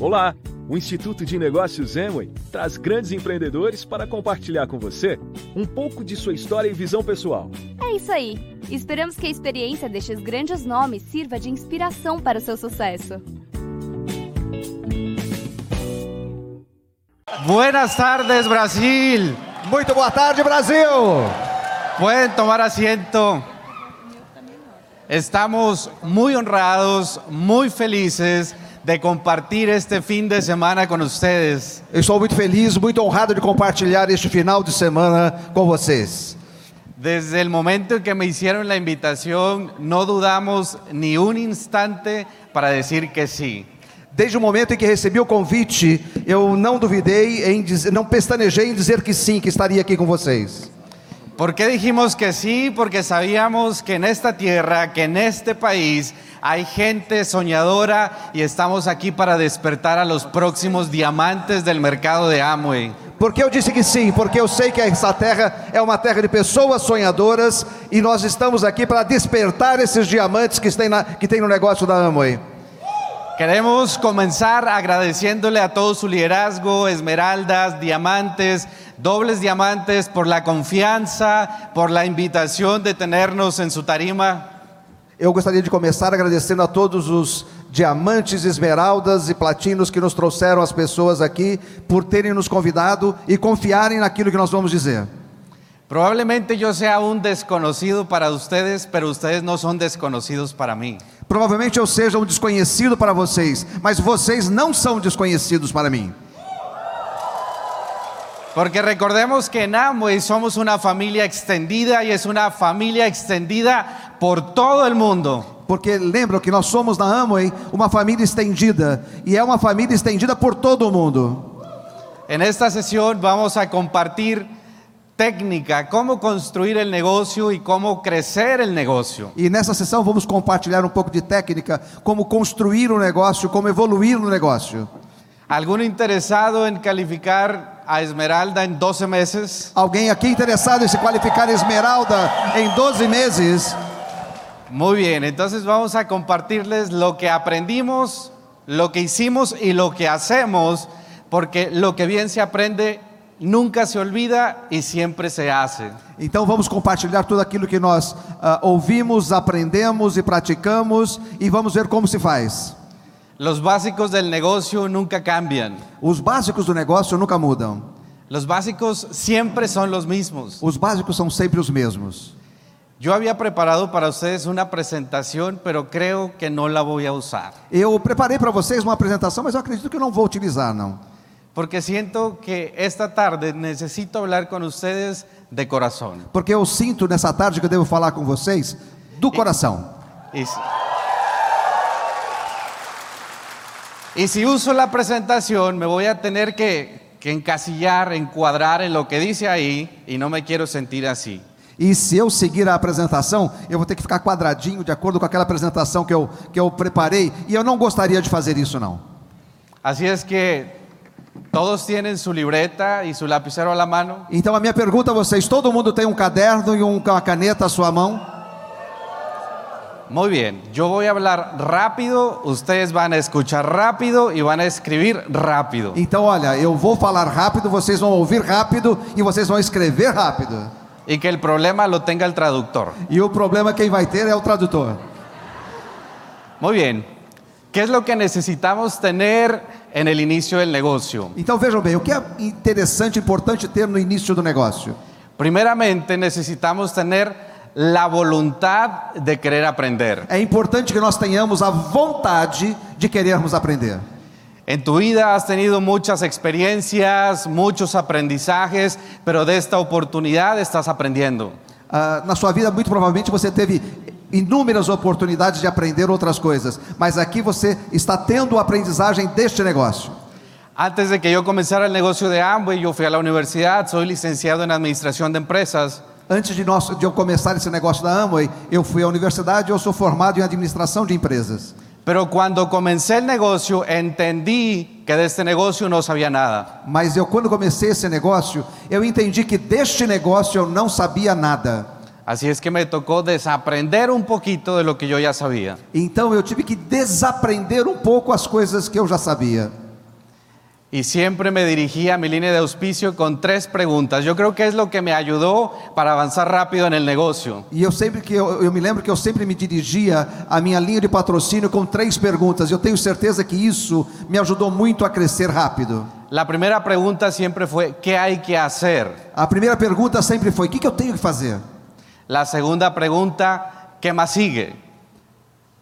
Olá! O Instituto de Negócios Zemway traz grandes empreendedores para compartilhar com você um pouco de sua história e visão pessoal. É isso aí! Esperamos que a experiência destes grandes nomes sirva de inspiração para o seu sucesso. Buenas tardes, Brasil. Muito boa tarde, Brasil! Pueden tomar asiento. Estamos muy honrados, muy felices de compartir este fin de semana con ustedes. Eu estou muito feliz, muito honrado de compartilhar este final de semana com vocês. Desde el momento en que me hicieron la invitación, no dudamos ni un instante para decir que sí. Desde o momento em que recebi o convite, eu não duvidei em dizer, não pestanejei em dizer que sim, que estaria aqui com vocês. ¿Por qué dijimos que sí? Porque sabíamos que en esta tierra, que en este país, hay gente soñadora y estamos aquí para despertar a los próximos diamantes del mercado de Amway. Porque eu disse que sim, porque eu sei que essa terra é uma terra de pessoas sonhadoras e nós estamos aqui para despertar esses diamantes que tem, na- que tem no negócio da Amway. Queremos comenzar agradeciéndole a todo su liderazgo, esmeraldas, diamantes, dobles diamantes, por la confianza, por la invitación de tenernos en su tarima. Eu gostaria de começar agradecendo a todos os diamantes, esmeraldas e platinos que nos trouxeram as pessoas aqui por terem nos convidado e confiarem naquilo que nós vamos dizer. Probablemente yo sea un desconocido para ustedes, pero ustedes no son desconocidos para mí. Provavelmente eu seja um desconhecido para vocês, mas vocês não são desconhecidos para mim. Porque recordemos que en Amway somos una familia extendida y es una familia extendida por todo el mundo. Porque lembram que nós somos na Amway uma família estendida, e é uma família estendida por todo o mundo. En esta sesión vamos a compartir técnica, cómo construir el negocio y cómo crecer el negocio. E nessa sessão vamos compartilhar um pouco de técnica, como construir um negócio, como evoluir no negócio. ¿Alguno interesado en calificar a Esmeralda en 12 meses? Alguém aqui interessado em se qualificar esmeralda em 12 meses? Muy bien, entonces vamos a compartirles lo que aprendimos, lo que hicimos y lo que hacemos, porque lo que bien se aprende nunca se olvida y siempre se hace. Então vamos compartilhar tudo aquilo que nós ah, ouvimos, aprendemos e praticamos e vamos ver como se faz. Los básicos del negocio nunca cambian. Os básicos do negócio nunca mudam. Los básicos siempre son los mismos. Os básicos são sempre os mesmos. Yo había preparado para ustedes una presentación, pero creo que no la voy a usar, Eu preparei para vocês uma apresentação, mas eu acredito que eu não vou utilizar não, porque siento que esta tarde necesito hablar con ustedes de corazón. porque eu sinto nessa tarde que eu devo falar com vocês do coração. Y si, y si uso la presentación, me voy a tener que, que encasillar, encuadrar en lo que dice ahí y no me quiero sentir así. E se eu seguir a apresentação, eu vou ter que ficar quadradinho de acordo com aquela apresentação que eu, que eu preparei. E eu não gostaria de fazer isso, não. Así es que todos tienen su libreta y su lapicero a la mano. Então a minha pergunta a vocês: todo mundo tem um caderno e um- uma caneta à sua mão? Muy bien, yo voy a hablar rápido, ustedes van a escuchar rápido y van a escribir rápido. Então, olha, eu vou falar rápido, vocês vão ouvir rápido e vocês vão escrever rápido. Y que el problema lo tenga el traductor. E o problema quem vai ter é o tradutor. Muy bien, ¿qué es lo que necesitamos tener en el inicio del negocio? Então vejam bem, o que é interessante, importante ter no início do negócio? Primeramente necesitamos tener la voluntad de querer aprender. É importante que nós tenhamos a vontade de querermos aprender. En tu vida has tenido muchas experiencias, muchos aprendizajes, pero de esta oportunidad estás aprendiendo. Ah, na sua vida, muito provavelmente você teve inúmeras oportunidades de aprender outras coisas, mas aqui você está tendo a aprendizagem deste negócio. Antes de que yo comenzara el negocio de Amway, yo fui a la universidad, soy licenciado en administración de empresas. Antes de, nós, de eu começar esse negócio da Amway, eu fui à universidade, eu sou formado em administração de empresas. Pero cuando comencé el negocio entendí que de este negocio no sabía nada. Mas eu quando comecei esse negócio, eu entendi que deste negócio eu não sabia nada. Así es que me tocó desaprender un poquito de lo que yo ya sabía. Então eu tive que desaprender um pouco as coisas que eu já sabia. y siempre me dirigía a mi línea de auspicio con tres preguntas. Yo creo que es lo que me ayudó para avanzar rápido en el negocio. E eu sempre que eu, eu me lembro que eu sempre me dirigia à minha linha de patrocínio com três perguntas. Eu tenho certeza que isso me ajudou muito a crescer rápido. La primera pregunta siempre fue, ¿qué hay que hacer? A primeira pergunta sempre foi: o que, que eu tenho que fazer? La segunda pregunta, ¿qué más sigue?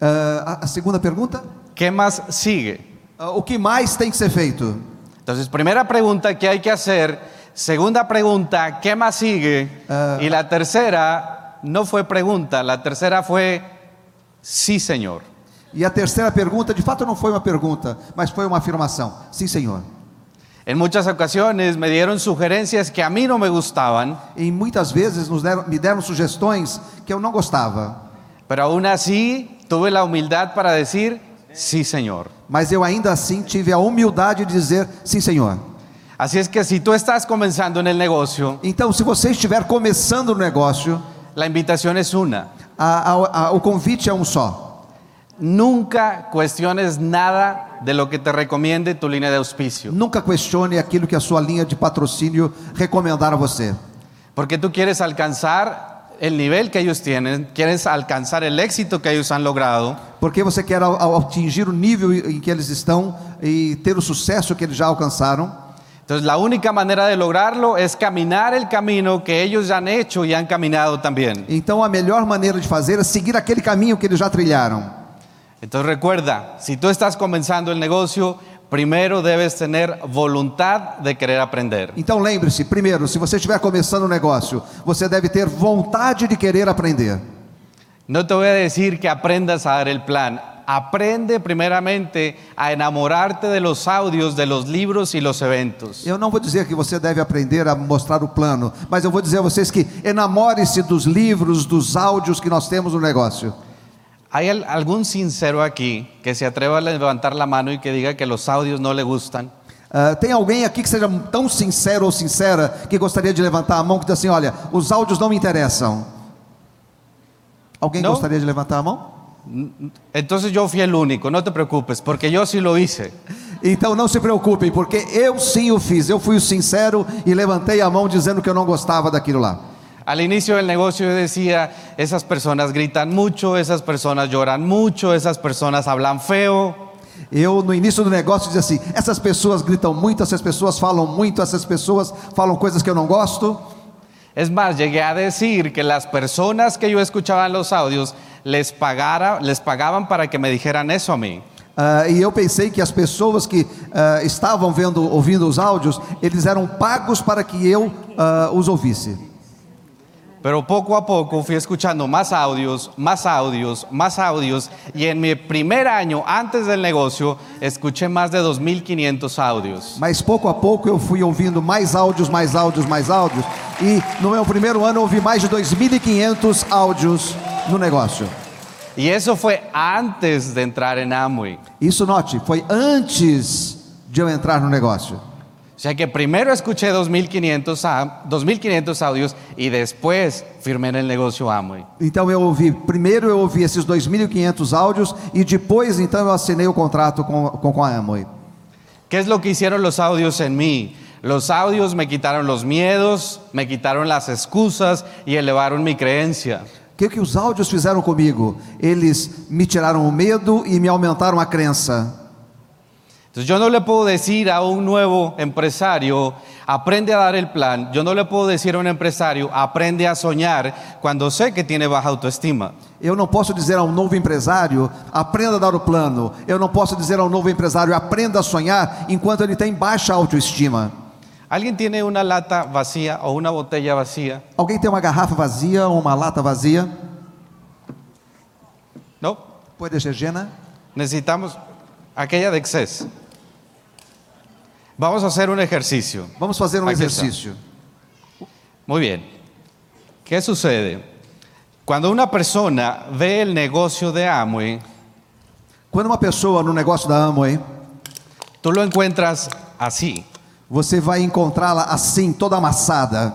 Ah, a- a segunda pergunta: ¿Qué más sigue? ah, o que mais tem que ser feito? Entonces, primera pregunta, ¿qué hay que hacer? Segunda pregunta, ¿qué más sigue? Ah. y la tercera no fue pregunta, la tercera fue, sí, señor. E a terceira pergunta, de fato, não foi uma pergunta, mas foi uma afirmação: sim, senhor. En muchas ocasiones me dieron sugerencias que a mí no me gustaban, E muitas vezes nos deram, me deram sugestões que eu não gostava, pero aún así tuve la humildad para decir, sí, señor. mas eu ainda assim tive a humildade de dizer: sim, senhor. Así es que si tú estás comenzando en el negocio, Então, se você estiver começando o negócio, la invitación es una. a- a- a- o convite é um só. Nunca cuestiones nada de lo que te recomiende tu línea de auspicio, Nunca questione aquilo que a sua linha de patrocínio recomendar a você. porque tú quieres alcanzar el nivel que ellos tienen, quieres alcanzar el éxito que ellos han logrado, Porque você quer al- al- atingir o nível em que eles estão e ter o sucesso que eles já alcançaram. Entonces la única manera de lograrlo es caminar el camino que ellos ya han hecho y han caminado también. Então a melhor maneira de fazer é seguir aquele caminho que eles já trilharam. Entonces recuerda, si tú estás comenzando el negocio, primero debes tener voluntad de querer aprender. Então lembre-se, primeiro, se você estiver começando um negócio, você deve ter vontade de querer aprender. No te voy a decir que aprendas a dar el plan. Aprende primeramente a enamorarte de los audios, de los libros y los eventos. Eu não vou dizer que você deve aprender a mostrar o plano, mas eu vou dizer a vocês que enamore-se dos livros, dos áudios que nós temos no negócio. ¿Hay al- algún sincero aquí que se atreva a levantar la mano y que diga que los audios no le gustan? Ah, tem alguém aqui que seja tão sincero ou sincera que gostaria de levantar a mão que diz assim: olha, os áudios não me interessam. Alguém Não? gostaria de levantar a mão? Entonces yo fui el único, no te preocupes, porque yo sí lo hice. Então não se preocupem, porque eu sim o fiz. Eu fui o sincero e levantei a mão dizendo que eu não gostava daquilo lá. Al inicio del negocio yo decía, esas personas gritan mucho, esas personas lloran mucho, esas personas hablan feo. Eu, no início do negócio, dizia assim: essas pessoas gritam muito, essas pessoas falam muito, essas pessoas falam coisas que eu não gosto. Es más, llegué a decir que las personas que yo escuchaba en los audios les, pagara, les pagaban para que me dijeran eso a mí. Ah, e eu pensei que as pessoas que ah, estavam vendo, ouvindo os áudios, eles eram pagos para que eu ah, os ouvisse. Pero poco a poco fui escuchando más audios, más audios, más audios y en mi primer año antes del negocio escuché más de 2.500 audios. Mas pouco a pouco eu fui ouvindo mais áudios, mais áudios, mais áudios. E no meu primeiro ano eu ouvi mais de 2.500 áudios no negócio. Y eso fue antes de entrar en Amway. Isso, note, foi antes de eu entrar no negócio. O sea que primero escuché 2500, a- 2500 audios y después firmé en el negocio Amway. Então eu ouvi, primeiro eu ouvi esses 2.500 áudios e depois então eu assinei o contrato com, com, com a Amway. ¿Qué es lo que hicieron los audios en mí? Los audios me quitaron los miedos, me quitaron las excusas y elevaron mi creencia. O que, que os áudios fizeram comigo? Eles me tiraram o medo e me aumentaram a crença. Entonces yo no le puedo decir a un nuevo empresario, aprende a dar el plan. Yo no le puedo decir a un empresario, aprende a soñar cuando sé que tiene baja autoestima. Eu não posso dizer a um novo empresário, aprenda a dar o plano. Eu não posso dizer a um novo empresário, aprenda a sonhar, enquanto ele tem baixa autoestima. ¿Alguien tiene una lata vacía o una botella vacía? Alguém tem uma garrafa vazia ou uma lata vazia? ¿No? Pode ser, Gena? Necesitamos aquella de exceso. Vamos a hacer un ejercicio. Vamos fazer um Aqui está. exercício. Muy bien. ¿Qué sucede? Cuando una persona ve el negocio de Amway, Quando uma pessoa no negócio da Amway, tú lo encuentras así. você vai encontrá-la assim, toda amassada.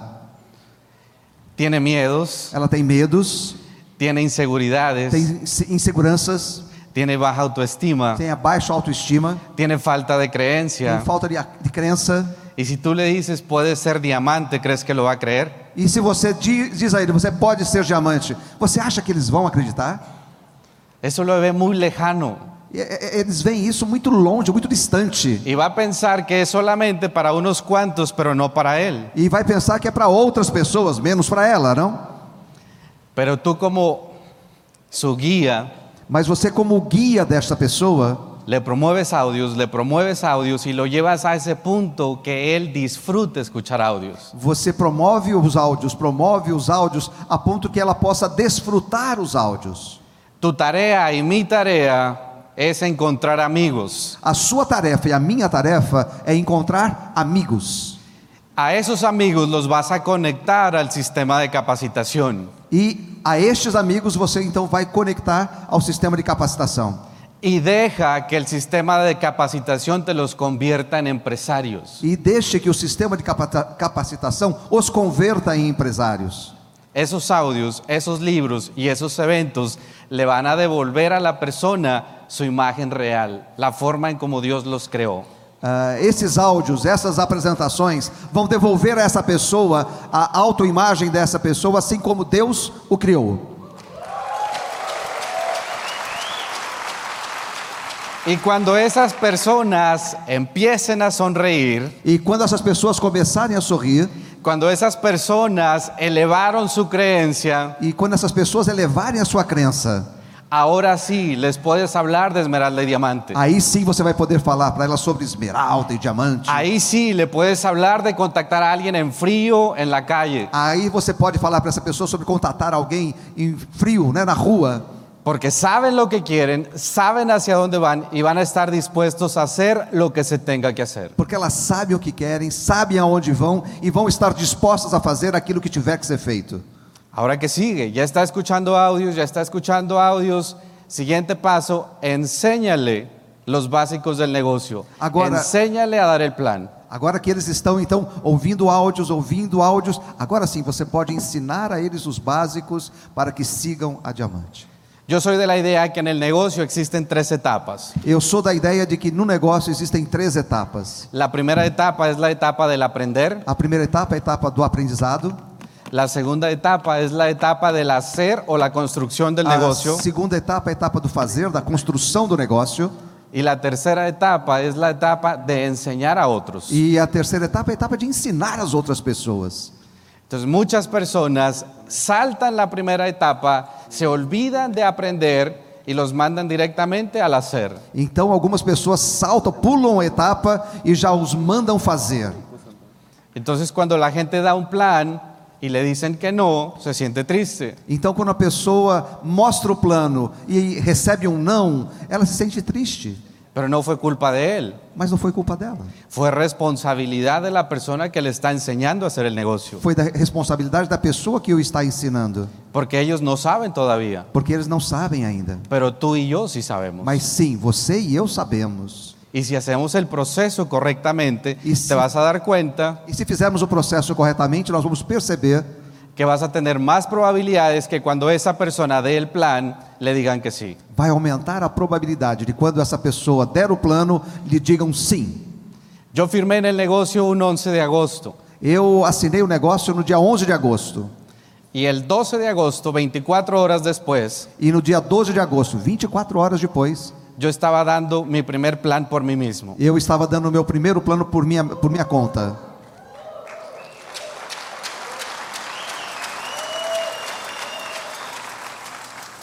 Tiene miedos, Ela tem medos, tiene inseguridades, tem inse- inseguranças, tiene baja autoestima, tenha baixa autoestima, tiene falta de creencia. tem falta de, a- de crença. Y si tú le dices, puedes ser diamante, ¿crees que lo va a creer? E se você di- diz a ele, você pode ser diamante, você acha que eles vão acreditar? Eso lo ve muy lejano. E- e- eles veem isso muito longe, muito distante. Y va a pensar que es solamente para unos cuantos, pero no para él. E vai pensar que é para outras pessoas, menos para ela, não? Pero tú como su guía, Mas você, como guia desta pessoa, le promueves audios, le promueves audios y lo llevas a ese punto que él disfrute escuchar audios. você promove os áudios, promove os áudios a ponto que ela possa desfrutar os áudios. Tu tarea y mi tarea es encontrar amigos. A sua tarefa e a minha tarefa é encontrar amigos. A esos amigos los vas a conectar al sistema de capacitación. E a estes amigos você então vai conectar ao sistema de capacitação. Y deja que el sistema de capacitación te los convierta en empresarios. E deixe que o sistema de capata- capacitação os converta em empresários. Esos audios, esos libros y esos eventos le van a devolver a la persona su imagen real, la forma en como Dios los creó. Ah, esses áudios, essas apresentações vão devolver a essa pessoa a autoimagem dessa pessoa, assim como Deus o criou. Y cuando esas personas empiecen a sonreír, E quando essas pessoas começarem a sorrir, cuando esas personas elevaron su creencia, e quando essas pessoas elevarem a sua crença, ahora sí les puedes hablar de esmeralda y diamante. aí sim você vai poder falar para elas sobre esmeralda e diamante. Ahí sí le puedes hablar de contactar a alguien en frío, en la calle, Aí você pode falar para essa pessoa sobre contatar alguém em frio, né, na rua, porque saben lo que quieren, saben hacia dónde van y van a estar dispuestos a hacer lo que se tenga que hacer. porque elas sabem o que querem, sabem aonde vão e vão estar dispostas a fazer aquilo que tiver que ser feito. Ahora que sigue, ya está escuchando audios, ya está escuchando audios. Siguiente paso, enséñale los básicos del negocio. Agora- enséñale a dar el plan. Agora que eles estão então ouvindo áudios, ouvindo áudios, agora sim você pode ensinar a eles os básicos para que sigam a diamante. Yo soy de la idea que en el negocio existen tres etapas. Eu sou da ideia de que no negócio existem três etapas. La primera etapa es la etapa del aprender, A primeira etapa é a etapa do aprendizado, la segunda etapa es la etapa del hacer o la construcción del a negocio segunda etapa é a etapa do fazer, da construção do negócio, y la tercera etapa es la etapa de enseñar a otros. e a terceira etapa é a etapa de ensinar as outras pessoas. Entonces muchas personas saltan la primera etapa, se olvidan de aprender y los mandan directamente al hacer. Então algumas pessoas saltam, pulam a etapa e já os mandam fazer. Entonces cuando la gente da un plan y le dicen que no, se siente triste. Então, quando a pessoa mostra o plano e recebe um não, ela se sente triste, Pero no fue culpa de él, mas não foi culpa dela. fue responsabilidad de la persona que le está enseñando a hacer el negocio, Foi da responsabilidade da pessoa que o está ensinando, porque ellos no saben todavía, porque eles não sabem ainda. pero tú y yo sí sabemos. Mas sim, você e eu sabemos. Y si hacemos el proceso correctamente, Y si- te vas a dar cuenta E se fizermos o processo corretamente, nós vamos perceber que vas a tener más probabilidades que cuando esa persona dé el plan, le digan que sí. vai aumentar a probabilidade de quando essa pessoa der o plano, lhe digam sim. Yo firmé en el negocio un 11 de agosto Eu assinei o negócio no dia 11 de agosto y el 12 de agosto, 24 horas después, e no dia 12 de agosto, 24 horas depois, yo estaba dando mi primer plan por mí mismo. eu estava dando o meu primeiro plano por minha, por minha conta.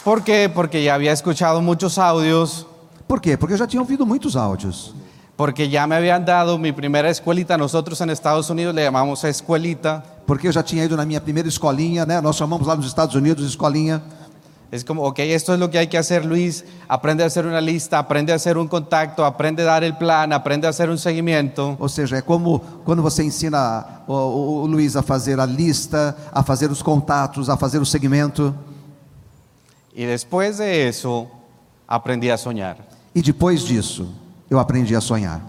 ¿Por qué? Porque ya había escuchado muchos audios, Por quê? Porque eu já tinha ouvido muitos áudios. porque ya me habían dado mi primera escuelita. Nosotros en Estados Unidos le llamamos escuelita. Porque eu já tinha ido na minha primeira escolinha, né? Nós chamamos lá nos Estados Unidos escolinha. Es como, ok, esto es lo que hay que hacer, Luis. Aprende a hacer una lista, aprende a hacer un contacto, aprende a dar el plan, aprende a hacer un seguimiento. Ou seja, é como quando você ensina o, o- o Luiz a fazer a lista, a fazer os contatos, a fazer o segmento. Y después de eso, aprendí a soñar. E depois disso, eu aprendi a sonhar.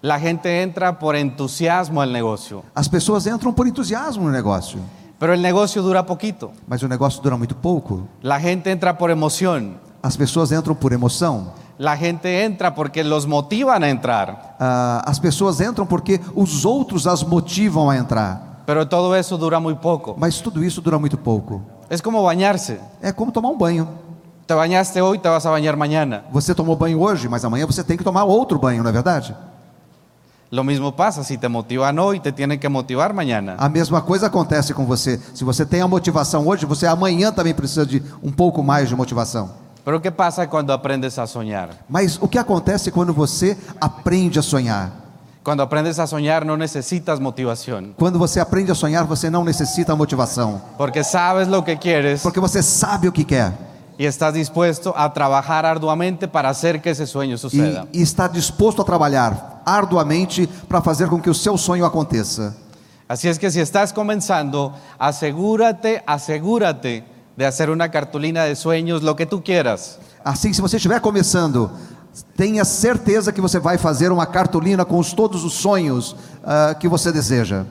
La gente entra por entusiasmo al negocio, As pessoas entram por entusiasmo no negócio, pero el negocio dura poquito. mas o negócio dura muito pouco. La gente entra por emoción, As pessoas entram por emoção. La gente entra porque los motivan a entrar, Ah, as pessoas entram porque os outros as motivam a entrar. pero todo eso dura muy poco. Mas tudo isso dura muito pouco. Es como bañarse. É como tomar um banho. Te bañaste hoy, te vas a bañar mañana. Você tomou banho hoje, mas amanhã você tem que tomar outro banho, não é verdade? Lo mismo pasa, si te motivan hoy, te tienen que motivar mañana. A mesma coisa acontece com você. Se você tem a motivação hoje, você amanhã também precisa de um pouco mais de motivação. Pero ¿qué pasa cuando aprendes a soñar? Mas o que acontece quando você aprende a sonhar? Cuando aprendes a soñar no necesitas motivación, Quando você aprende a sonhar, você não necessita motivação, porque sabes lo que quieres porque você sabe o que quer y estás dispuesto a trabajar arduamente para hacer que ese sueño e, suceda. e está disposto a trabalhar arduamente para fazer com que o seu sonho aconteça. Así es que si estás comenzando, asegúrate, asegúrate de hacer una cartulina de sueños, lo que tú quieras. Assim, se você estiver começando, tenha certeza que você vai fazer uma cartolina com os- todos os sonhos ah, que você deseja.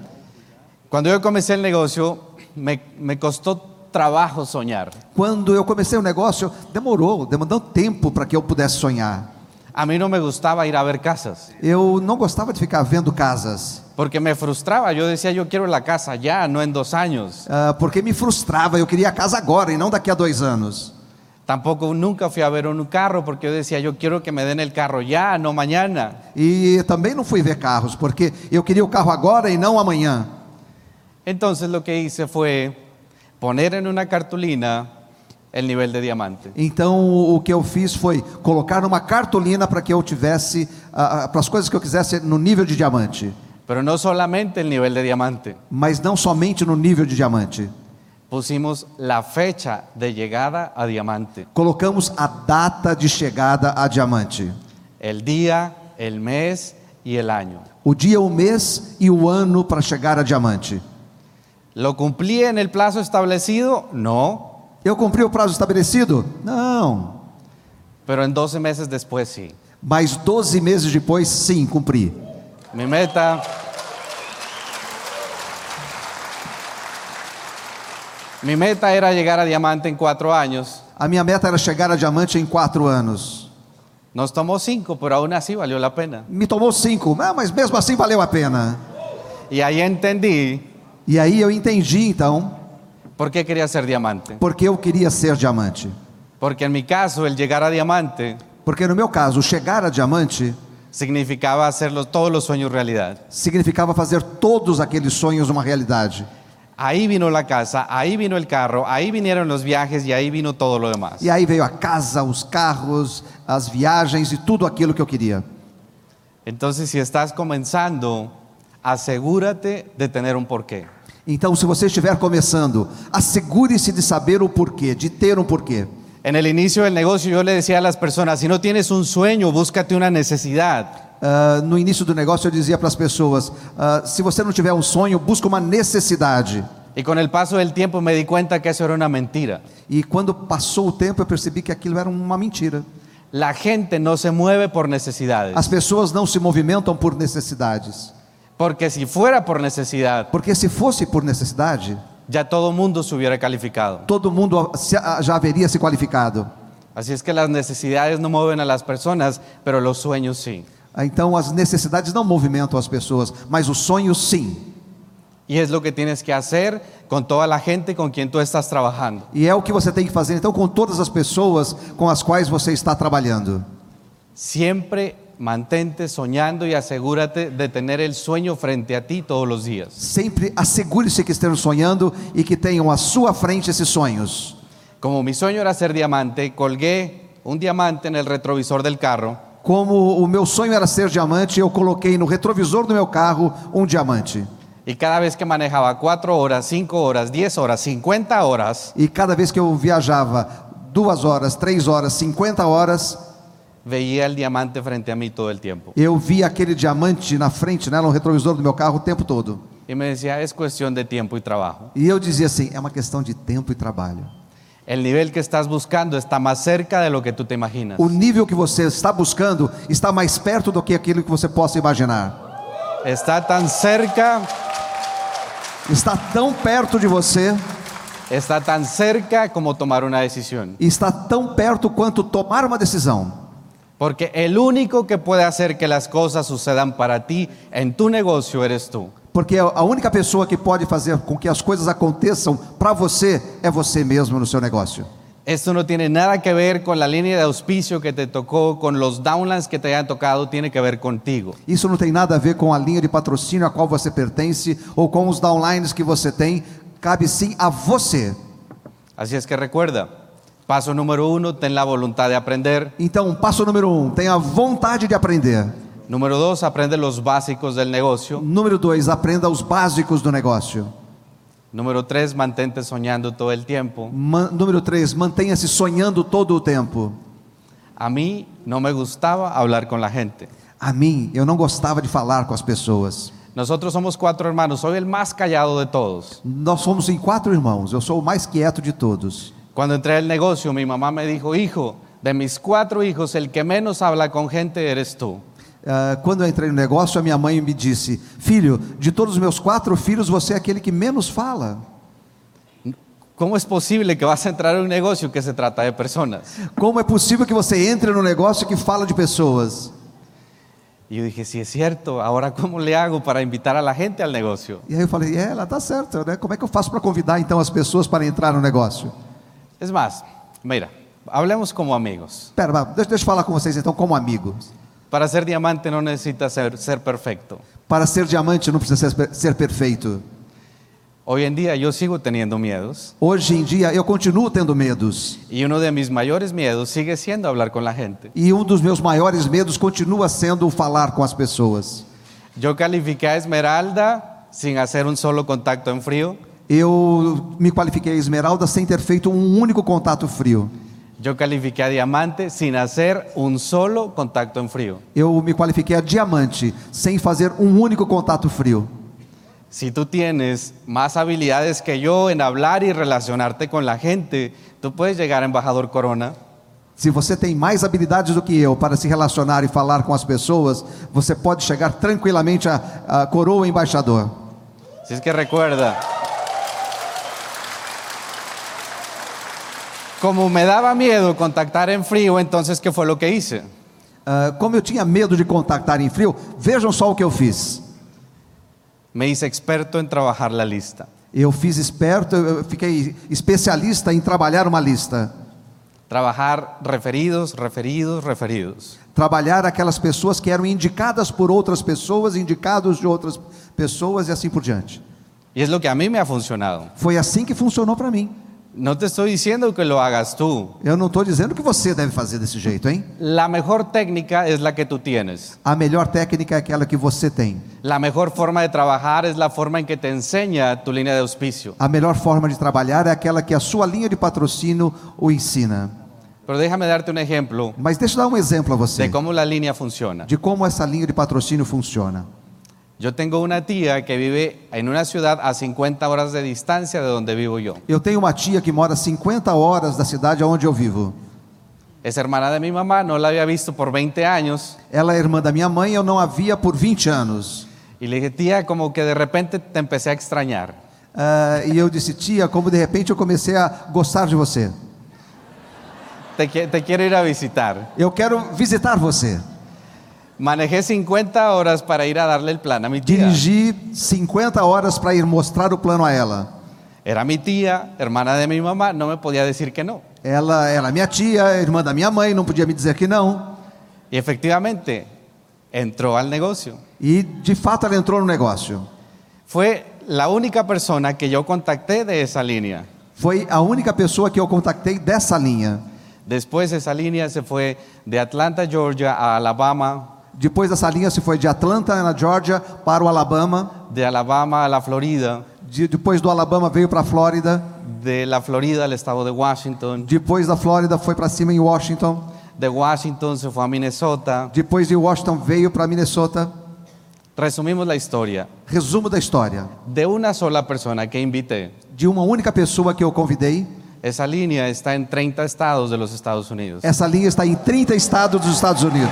Cuando yo comencé el negocio, me, me costó trabajo soñar. Quando eu comecei o negócio, demorou, demandou tempo para que eu pudesse sonhar. A mí no me gustaba ir a ver casas, Eu não gostava de ficar vendo casas, porque me frustraba. Yo decía, yo quiero la casa ya, no en dos años. ah, porque me frustrava. Eu queria a casa agora e não daqui a dois anos. Tampoco nunca fui a ver un carro, porque yo decía, yo quiero que me den el carro ya, no mañana. E também não fui ver carros, porque eu queria o carro agora e não amanhã. Entonces lo que hice fue poner en una cartulina el nivel de diamante. Então o que eu fiz foi colocar uma cartolina para que eu tivesse, ah, ah, para as coisas que eu quisesse no nível de diamante, Pero no solamente el nivel de diamante, mas não somente no nível de diamante. pusimos la fecha de llegada a diamante. Colocamos a data de chegada a diamante. El día, el mes y el año. O dia, o mês e o ano para chegar a diamante. ¿Lo cumplí en el plazo esestablecido? No, Eu cumpri o prazo estabelecido? Não. pero en 12 meses después sí. Mas 12 meses depois, sim, cumpri. Mi meta... Mi meta era llegar a diamante en cuatro años. A minha meta era chegar a diamante em 4 anos. Nos tomó cinco, pero aún así valió la pena. Me tomou 5, mas mesmo assim valeu a pena. Y ahí entendí E aí eu entendi então, por qué quería ser diamante. porque eu queria ser diamante. Porque en mi caso, el llegar a diamante Porque no meu caso, chegar a diamante significaba hacer los- todos los sueños realidad. significava fazer todos aqueles sonhos uma realidade. Ahí vino la casa, ahí vino el carro, ahí vinieron los viajes y ahí vino todo lo demás. E aí veio a casa, os carros, as viagens e tudo aquilo que eu queria. Entonces, si estás comenzando, asegúrate de tener un porqué. Então, se você estiver começando, assegure-se de saber o porquê, de ter um porquê. En el inicio del negocio yo le decía a las personas, si no tienes un sueño, búscate una necesidad. Ah, no início do negócio eu dizia para as pessoas: ah, se você não tiver um sonho, busca uma necessidade. Y con el paso del tiempo me di cuenta que eso era una mentira. E quando passou o tempo, eu percebi que aquilo era uma mentira. La gente no se mueve por necesidades. As pessoas não se movimentam por necessidades, Porque si fuera por necesidad, porque se fosse por necessidade, ya todo mundo se hubiera calificado. todo mundo se- ah, já haveria se qualificado. Así es que las necesidades no mueven a las personas, pero los sueños sí. Ah, Então, as necessidades não movimentam as pessoas, mas os sonhos sim. Y es lo que tienes que hacer con toda la gente con quien tú estás trabajando. E é o que você tem que fazer então com todas as pessoas com as quais você está trabalhando. Siempre mantente soñando y asegúrate de tener el sueño frente a ti todos los días. Sempre assegure-se que estejam sonhando e que tenham à sua frente esses sonhos. Como mi sueño era ser diamante, colgué un diamante en el retrovisor del carro Como o meu sonho era ser diamante, eu coloquei no retrovisor do meu carro um diamante. y cada vez que manejaba cuatro horas, cinco horas, 10 horas, 50 horas, E cada vez que eu viajava duas horas, três horas, 50 horas, veía el diamante frente a mí todo el tiempo. eu via aquele diamante na frente, né, no retrovisor do meu carro o tempo todo. Y me decía, es cuestión de tiempo y trabajo. E eu dizia assim: é uma questão de tempo e trabalho. El nivel que estás buscando está más cerca de lo que tú te imaginas. O nível que você está buscando está mais perto do que aquilo que você possa imaginar. Está tan cerca Está tão perto de você está tan cerca como tomar una decisión. e está tão perto quanto tomar uma decisão. Porque el único que puede hacer que las cosas sucedan para ti en tu negocio eres tú. Porque a única pessoa que pode fazer com que as coisas aconteçam para você é você mesmo no seu negócio. Esto no tiene nada que ver con la línea de auspicio que te tocó, con los downlines que te hayan tocado, tiene que ver contigo. Isso não tem nada a ver com a linha de patrocínio a qual você pertence ou com os downlines que você tem. Cabe sim a você. Así es que recuerda, paso número uno, ten la voluntad de aprender. Então, passo número um: tenha vontade de aprender. Número dos, aprende los básicos del negocio. Número dois: aprenda os básicos do negócio. Número tres, mantente soñando todo el tiempo. Ma- número três: mantenha-se sonhando todo o tempo. A mí no me gustaba hablar con la gente. A mim, eu não gostava de falar com as pessoas. Nosotros somos cuatro hermanos, soy el más callado de todos. Nós somos em quatro irmãos, eu sou o mais quieto de todos. Cuando entré al negocio, mi mamá me dijo, hijo, de mis cuatro hijos, el que menos habla con gente eres tú. Ah, quando eu entrei no negócio, a minha mãe me disse: Filho, de todos os meus quatro filhos, você é aquele que menos fala. ¿Cómo es posible que vas a entrar a un negocio que se trata de personas? Como é possível que você entre no negócio que fala de pessoas? Y yo dije, sí es cierto, ahora ¿cómo le hago para invitar a la gente al negocio? E aí eu falei: É, ela tá certa, né? Como é que eu faço para convidar então as pessoas para entrar no negócio? Es más, mira, hablemos como amigos. Pera, mas deixa, deixa eu falar com vocês então, como amigos. Para ser diamante no necesitas ser, ser perfecto. Para ser diamante não precisa ser, ser perfeito. Hoy en día yo sigo teniendo miedos Hoje em dia eu continuo tendo medos. y uno de mis mayores miedos sigue siendo hablar con la gente. E um dos meus maiores medos continua sendo o falar com as pessoas. Yo califiqué a Esmeralda sin hacer un solo contacto en frío. Eu me qualifiquei a esmeralda sem ter feito um único contato frio. Yo califiqué a diamante sin hacer un solo contacto en frío. Eu me qualifiquei a diamante sem fazer um único contato frio. Si tú tienes más habilidades que yo en hablar y relacionarte con la gente, tú puedes llegar a embajador Corona. Se você tem mais habilidades do que eu para se relacionar e falar com as pessoas, você pode chegar tranquilamente à, à coroa embaixador. Si es que recuerda. Como me daba miedo contactar en frío, entonces ¿qué fue lo que hice? Ah, como eu tinha medo de contactar em frio, vejam só o que eu fiz. Me hice experto en trabajar la lista. Eu fiz esperto, eu eu fiquei especialista em trabalhar uma lista. Trabajar referidos, referidos, referidos. trabalhar aquelas pessoas que eram indicadas por outras pessoas, indicados de outras pessoas e assim por diante. Y es lo que a mí me ha funcionado. Foi assim que funcionou para mim. No te estoy diciendo que lo hagas tú. Eu não estou dizendo que você deve fazer desse jeito, hein? La mejor técnica es la que tú tienes. A melhor técnica é aquela que você tem. La mejor forma de trabajar es la forma en que te enseña tu línea de auspicio. A melhor forma de trabalhar é aquela que a sua linha de patrocínio o ensina. Pero déjame darte un ejemplo Mas deixa eu dar um exemplo a você de cómo la línea funciona. de como essa linha de patrocínio funciona. Yo tengo una tía que vive en una ciudad a 50 horas de distancia de donde vivo yo. Eu tenho uma tia que mora 50 horas da cidade onde eu vivo. Es hermana de mi mamá, no la había visto por 20 años. Ela é irmã da minha mãe, eu não a via por 20 anos. Y le dije, tía, como que de repente te empecé a extrañar. Ah, e eu disse, tia, como de repente eu comecei a gostar de você. Te, qui- te quiero ir a visitar. Eu quero visitar você. Manejé 50 horas para ir a darle el plan a mi tía. Dirigi 50 horas para ir mostrar o plano a ela. Era mi tía, hermana de mi mamá, no me podía decir que no. Ela era minha tia, é irmã da minha mãe, não podia me dizer que não. Y efectivamente, entró al negocio. E de fato ela entrou no negócio. Fue la única persona que yo contacté de esa línea. Foi a única pessoa que eu contactei dessa linha. Después esa línea se fue de Atlanta, Georgia, a Alabama, Depois dessa linha se foi de Atlanta, na Georgia, para o Alabama. de Alabama a la Florida, De- depois do Alabama veio para a Flórida. de la Florida al estado de Washington, Depois da Flórida foi para cima em Washington. de Washington se fue a Minnesota. Depois de Washington veio para Minnesota. Resumimos la historia. Resumo da história. De una sola persona que invité, de uma única pessoa que eu convidei. esa línea está en 30 estados de los Estados Unidos. Essa linha está em 30 estados dos Estados Unidos.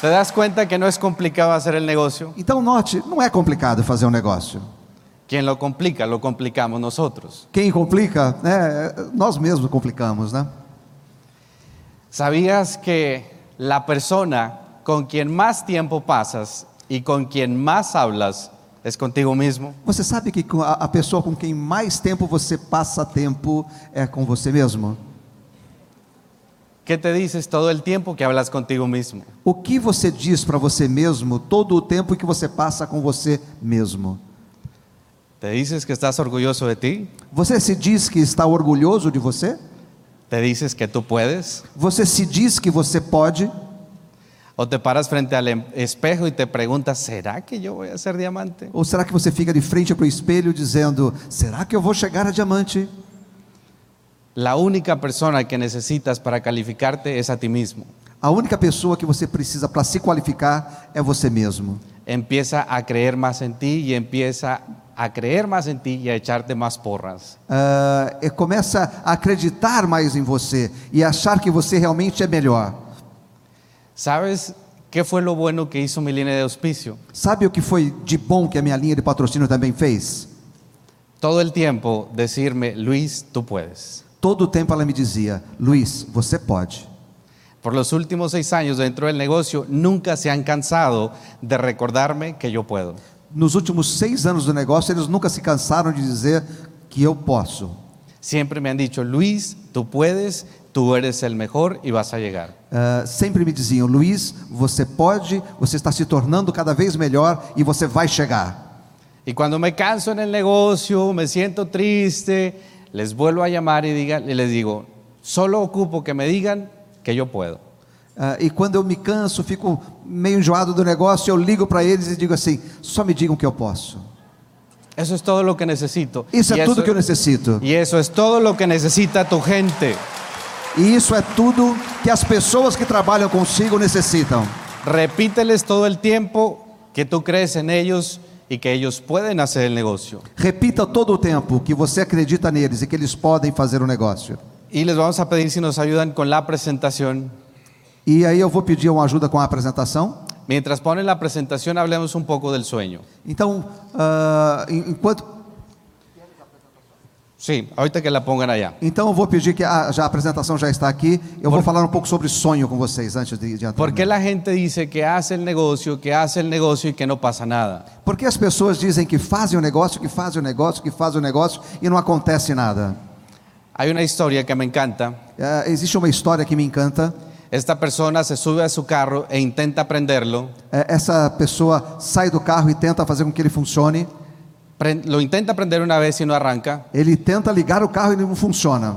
Te das cuenta que no es complicado hacer el negocio. Então, note, não é complicado fazer um negócio. Quien lo complica, lo complicamos nosotros. Quem complica, né, nós mesmos complicamos, né? ¿Sabías que la persona con quien más tiempo pasas y con quien más hablas es contigo mismo? Você sabe que com a a pessoa com quem mais tempo você passa tempo é com você mesmo? ¿Qué te dices todo el tiempo que hablas contigo mismo? O que você diz para você mesmo todo o tempo que você passa com você mesmo? ¿Te dices que estás orgulloso de ti? Você se diz que está orgulhoso de você? ¿Te dices que tú puedes? Você se diz que você pode? ¿O te paras frente al em- espejo y te preguntas, ¿será que yo voy a ser diamante? Ou será que você fica de frente para o espelho dizendo: será que eu vou chegar a diamante? La única persona que necesitas para calificarte es a ti mismo. A única pessoa que você precisa para se qualificar é você mesmo. Empieza a creer más en ti y empieza a creer más en ti y a echarte más porras. Ah, e começa a acreditar mais em você e achar que você realmente é melhor. ¿Sabes qué fue lo bueno que hizo mi línea de auspicio? Sabe o que foi de bom que a minha linha de patrocínio também fez? Todo el tiempo decirme, Luis, tú puedes. Todo o tempo ela me dizia: Luiz, você pode. Por los últimos seis años dentro del negocio, nunca se han cansado de recordarme que yo puedo. Nos últimos seis anos do negócio, eles nunca se cansaram de dizer que eu posso. Siempre me han dicho, Luis, tú puedes, tú eres el mejor y vas a llegar. Ah, sempre me diziam, Luiz, você pode, você está se tornando cada vez melhor e você vai chegar. Y cuando me canso en el negocio, me siento triste, les vuelvo a llamar y, diga- y les digo, solo ocupo que me digan que yo puedo. Ah, e quando eu me canso, fico meio enjoado do negócio, eu ligo para eles e digo assim: só me digam que eu posso. Eso es todo lo que necesito. Isso Y é tudo que eu necessito. Y eso es todo lo que necesita tu gente. E isso é tudo que as pessoas que trabalham consigo necessitam. Repíteles todo el tiempo que tú crees en ellos y que ellos pueden hacer el negocio. Repita todo o tempo que você acredita neles e que eles podem fazer o negócio. Y les vamos a pedir si nos ayudan con la presentación. E aí eu vou pedir uma ajuda com a apresentação. Mientras ponen la presentación, hablemos un poco del sueño. Então, ah, en- enquanto Sí, ahorita que la pongan allá. Então eu vou pedir que a, já a apresentação já está aqui. Eu vou falar um pouco sobre sonho com vocês antes de, de entrar. ¿Por qué la gente dice que hace el negocio, que hace el negocio y que no pasa nada? Porque as pessoas dizem que fazem o negócio, que fazem o negócio, que fazem o negócio e não acontece nada. Hay una historia que me encanta. É, existe uma história que me encanta. Esta persona se sube a su carro e intenta prenderlo. É, essa pessoa sai do carro e tenta fazer com que ele funcione. Pren- Lo intenta prender una vez y no arranca. Ele tenta ligar o carro e ele não funciona.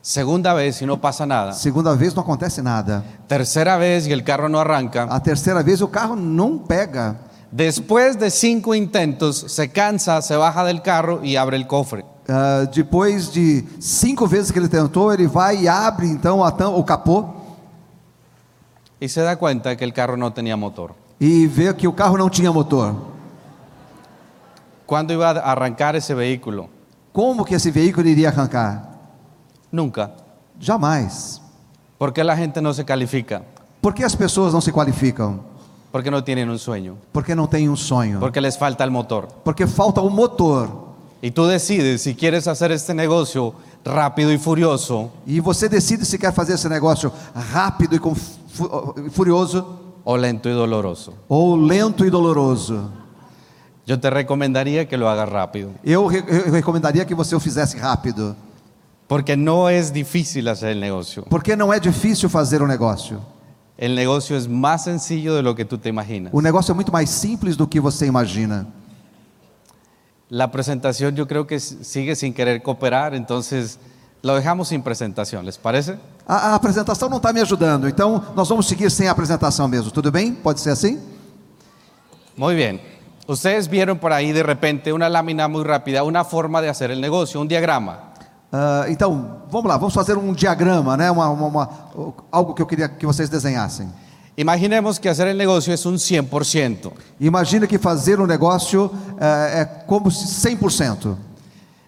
Segunda vez y no pasa nada. Segunda vez não acontece nada. Tercera vez y el carro no arranca. A terceira vez o carro não pega. Después de cinco intentos, se cansa, se baja del carro y abre el cofre. É, depois de cinco vezes que ele tentou, ele vai e abre então a tam- o capô Y se da cuenta que el carro no tenía motor. e vê que o carro não tinha motor. ¿Cuándo iba a arrancar ese vehículo? Como que esse veículo iria arrancar? Nunca. Jamais. ¿Por qué la gente no se califica? Por que as pessoas não se qualificam? Porque no tienen un sueño. Porque não têm um sonho. Porque les falta el motor. Porque falta o motor. Y tú decides si quieres hacer este negocio rápido y furioso E você decide se quer fazer esse negócio rápido e com fu- furioso o lento y doloroso. ou lento e doloroso. Yo te recomendaría que lo hagas rápido. Eu, re- eu recomendaria que você o fizesse rápido. Porque no es difícil hacer el negocio. Porque não é difícil fazer o negócio. El negocio es más sencillo de lo que tú te imaginas. O negócio é muito mais simples do que você imagina. La presentación yo creo que s- sigue sin querer cooperar, entonces lo dejamos sin presentación, ¿les parece? A, a apresentação não está me ajudando, então nós vamos seguir sem a apresentação mesmo. Tudo bem? Pode ser assim? Muy bien. Ustedes vieron por ahí de repente una lámina muy rápida, una forma de hacer el negocio, un diagrama. Ah, então, vamos lá, vamos fazer um diagrama, né? Uma, uma- uma- algo que eu queria que vocês desenhassem. Imaginemos que hacer el negocio es un 100%. Imagina que fazer um negócio eh, é como se 100%.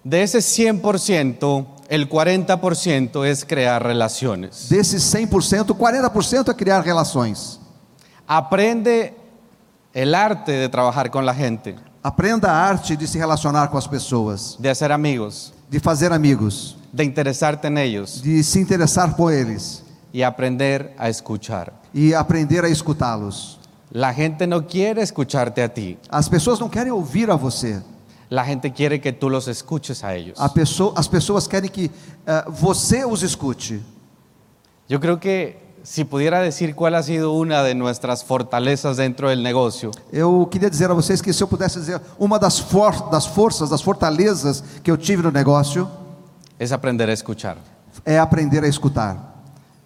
De ese 100%, el 40% es crear relaciones. Desses 100%, 40% é criar relações. Aprende el arte de trabajar con la gente, Aprenda a arte de se relacionar com as pessoas, de hacer amigos, de fazer amigos, de interesarte en ellos de se interessar por eles y aprender a escuchar. e aprender a escutá-los. La gente no quiere escucharte a ti, As pessoas não querem ouvir a você. la gente quiere que tú los escuches a ellos. A pessoa, as pessoas querem que eh, você os escute. Yo creo que si pudiera decir cuál ha sido una de nuestras fortalezas dentro del negocio, Eu queria dizer a vocês que se eu pudesse dizer uma das, for das forças, das fortalezas que eu tive no negócio es aprender a escuchar. é aprender a escutar.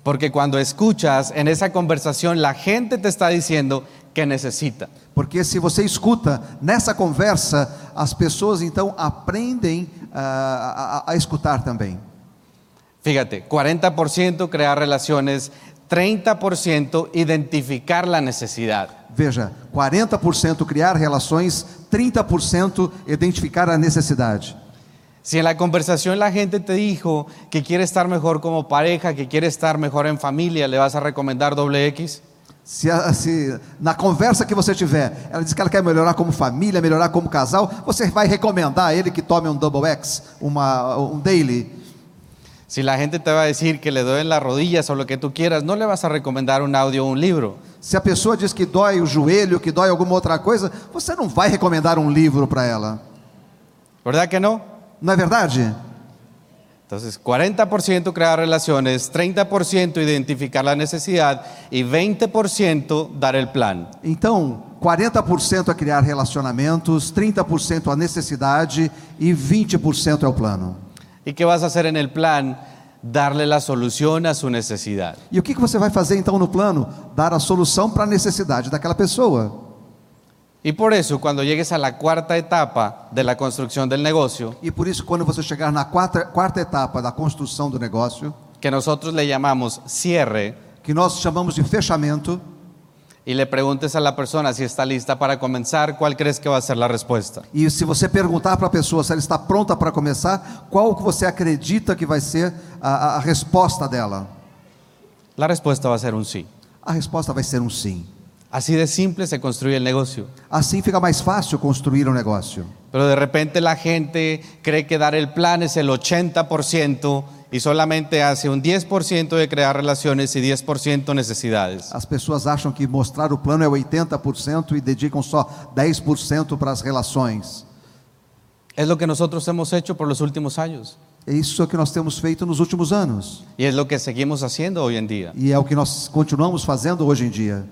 Porque cuando escuchas en esa conversación, la gente te está diciendo que necesita. Porque se você escuta nessa conversa, as pessoas então aprendem ah, a, a- a escutar também. Fíjate, 40% crear relaciones, 30% identificar la necesidad. Veja, 40% criar relações, 30% identificar a necessidade. Si en la conversación la gente te dijo que quiere estar mejor como pareja, que quiere estar mejor en familia, ¿le vas a recomendar doble X? Se, a- se na conversa que você tiver, ela diz que ela quer melhorar como família, melhorar como casal, você vai recomendar a ele que tome um double X, uma, um daily. Si la gente te va a decir que le duelen las rodillas o lo que tú quieras, no le vas a recomendar un audio o un libro. Se a pessoa diz que dói o joelho, que dói alguma outra coisa, você não vai recomendar um livro para ela. ¿Verdad que no? Não é verdade? Entonces, 40% crear relaciones, 30% identificar la necesidad y 20% dar el plan. Então, 40% é criar relacionamentos, 30% a necessidade e 20% é o plano. ¿Y qué vas a hacer en el plan? Darle la solución a su necesidad. E o que que você vai fazer então no plano? Dar a solução para a necessidade daquela pessoa. Y por eso, cuando llegues a la cuarta etapa de la construcción del negocio, E por isso, quando você chegar na quarta, quarta etapa da construção do negócio, que nosotros le llamamos cierre, que nós chamamos de fechamento, y le preguntes a la persona si está lista para comenzar, ¿cuál crees que va a ser la respuesta? e se você perguntar para a pessoa se ela está pronta para começar, qual que você acredita que vai ser a, a- a resposta dela? La respuesta va a ser un sí. A resposta vai ser um sim. Así de simple se construye el negocio. Assim fica mais fácil construir um negócio. Pero de repente la gente cree que dar el plan es el 80% y solamente hace un 10% de crear relaciones y 10% necesidades. As pessoas acham que mostrar o plano é 80% e dedicam só 10% para as relações. Es lo que nosotros hemos hecho por los últimos años É isso que nós temos feito nos últimos anos. y es lo que seguimos haciendo hoy en día. E é o que nós continuamos fazendo hoje em dia.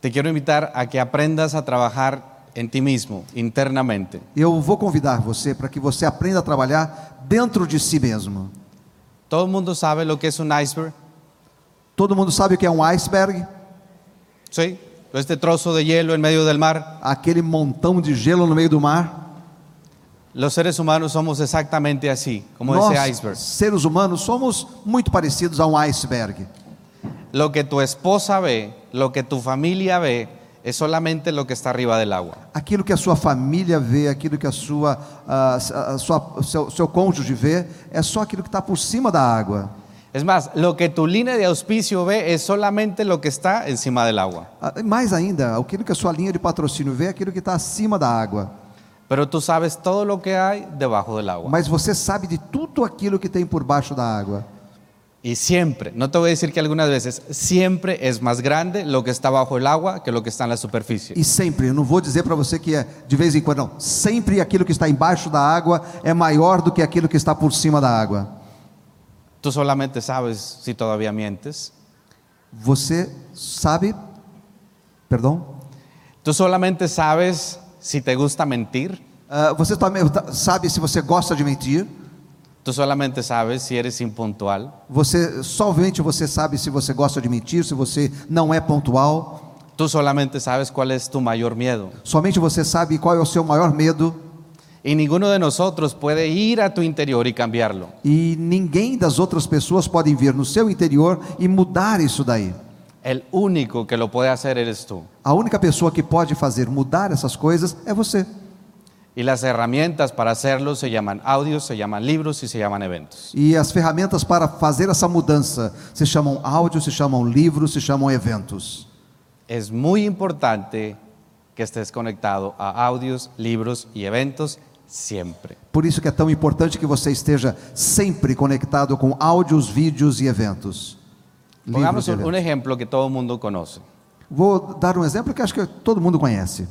Te quiero invitar a que aprendas a trabajar en ti mismo, internamente. Eu vou convidar você para que você aprenda a trabalhar dentro de si mesmo. Todo el mundo sabe lo que es un iceberg, Todo mundo sabe o que é um iceberg? ¿sí? Este trozo de hielo en medio del mar. Aquele montão de gelo no meio do mar. Los seres humanos somos exactamente así, como nós, ese iceberg. seres humanos, somos muito parecidos a um iceberg. Lo que tu esposa ve, lo que tu familia ve, es solamente lo que está arriba del agua. Aquilo que a sua família vê, aquilo que a sua, ah, a sua- o seu, seu cônjuge vê, é só aquilo que está por cima da água. Es más, lo que tu línea de auspicio ve es solamente lo que está encima del agua. Ah, Mais ainda, aquilo que a sua linha de patrocínio vê, é aquilo que está acima da água. Pero tú sabes todo lo que hay debajo del agua. Mas você sabe de tudo aquilo que tem por baixo da água. Y siempre, no te voy a decir que algunas veces, siempre es más grande lo que está bajo el agua que lo que está en la superficie. E sempre, eu não vou dizer para você que é de vez em quando, não. Sempre aquilo que está embaixo da água é maior do que aquilo que está por cima da água. Tú solamente sabes si todavía mientes. Você sabe. Perdão? Tú solamente sabes si te gusta mentir. Ah, você também ta- sabe se você gosta de mentir. Tú solamente sabes si eres impuntual. Você somente você sabe se você gosta de mentir, se você não é pontual. Tú solamente sabes cuál es tu mayor miedo. Somente você sabe qual é o seu maior medo. Y ninguno de nosotros puede ir a tu interior y cambiarlo. E ninguém das outras pessoas podem vir no seu interior e mudar isso daí. El único que lo puede hacer eres tú. A única pessoa que pode fazer mudar essas coisas é você. Y las herramientas para hacerlo se llaman audios, se llaman libros y se llaman eventos. E as ferramentas para fazer essa mudança se chamam áudio, se chamam livros, se chamam eventos. es muy importante que estés conectado a audios, libros y eventos siempre. Por isso que é tão importante que você esteja sempre conectado com áudios, vídeos e eventos. Livros Pongamos e un, un eventos. ejemplo que todo el mundo conoce. Vou dar um exemplo que acho que todo mundo conhece.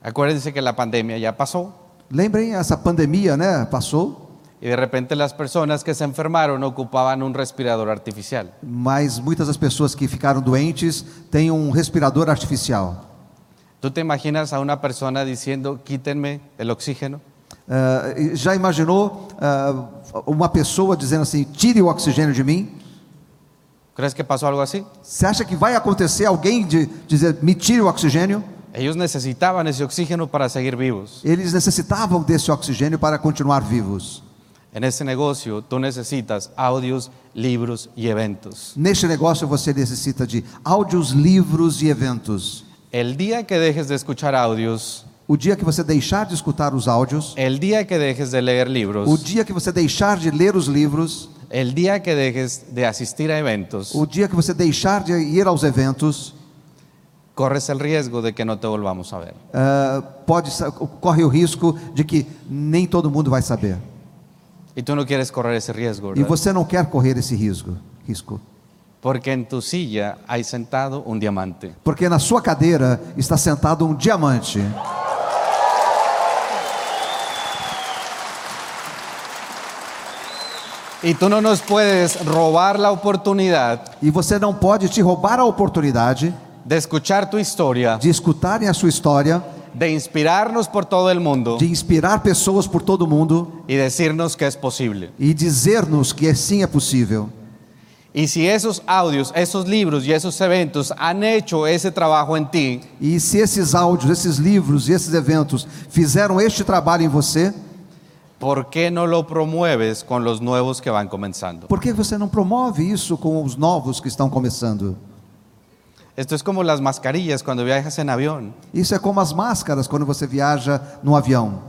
Acuérdense que la pandemia ya pasó Lembrem, essa pandemia né, passou, y de repente las personas que se enfermaron ocupaban un respirador artificial. mas muitas das pessoas que ficaram doentes têm um respirador artificial. ¿Tú te imaginas a una persona diciendo, quítenme el oxígeno? Ah, e já imaginou ah, uma pessoa dizendo assim: tire o oxigênio de mim? ¿Crees que pasó algo así? Você acha que vai acontecer alguém de dizer: me tire o oxigênio? Ellos necesitaban ese oxígeno para seguir vivos. Eles necessitavam desse oxigênio para continuar vivos. En este negocio tú necesitas audios, libros y eventos. Neste negócio você necessita de áudios, livros e eventos. El día que dejes de escuchar audios, O dia que você deixar de escutar os áudios, el día que dejes de leer o libros, dia que você deixar de ler os livros, el día que dejes de asistir a eventos, o dia que você deixar de ir aos eventos, corres el riesgo de que no te volvamos a ver. ah, pode sa- corre o risco de que nem todo mundo vai saber. Y tú no quieres correr ese riesgo, E ¿verdad? você não quer correr esse risco, risco, Porque en tu silla hay sentado un diamante. porque na sua cadeira está sentado um diamante. Y tú no nos puedes robar la oportunidad E você não pode te roubar a oportunidade de escuchar tu historia, de escutarem a sua história, de inspirarnos por todo el mundo de inspirar pessoas por todo o mundo y decirnos que es posible. e dizer-nos que sim é possível. Y si esos audios, esos libros y esos eventos han hecho ese trabajo en ti, E se esses áudios, esses livros e esses eventos fizeram este trabalho em você, ¿por qué no lo promueves con los nuevos que van comenzando? por que você não promove isso com os novos que estão começando? Esto es como las mascarillas cuando viajas en avión. Isso é como as máscaras quando você viaja no avião.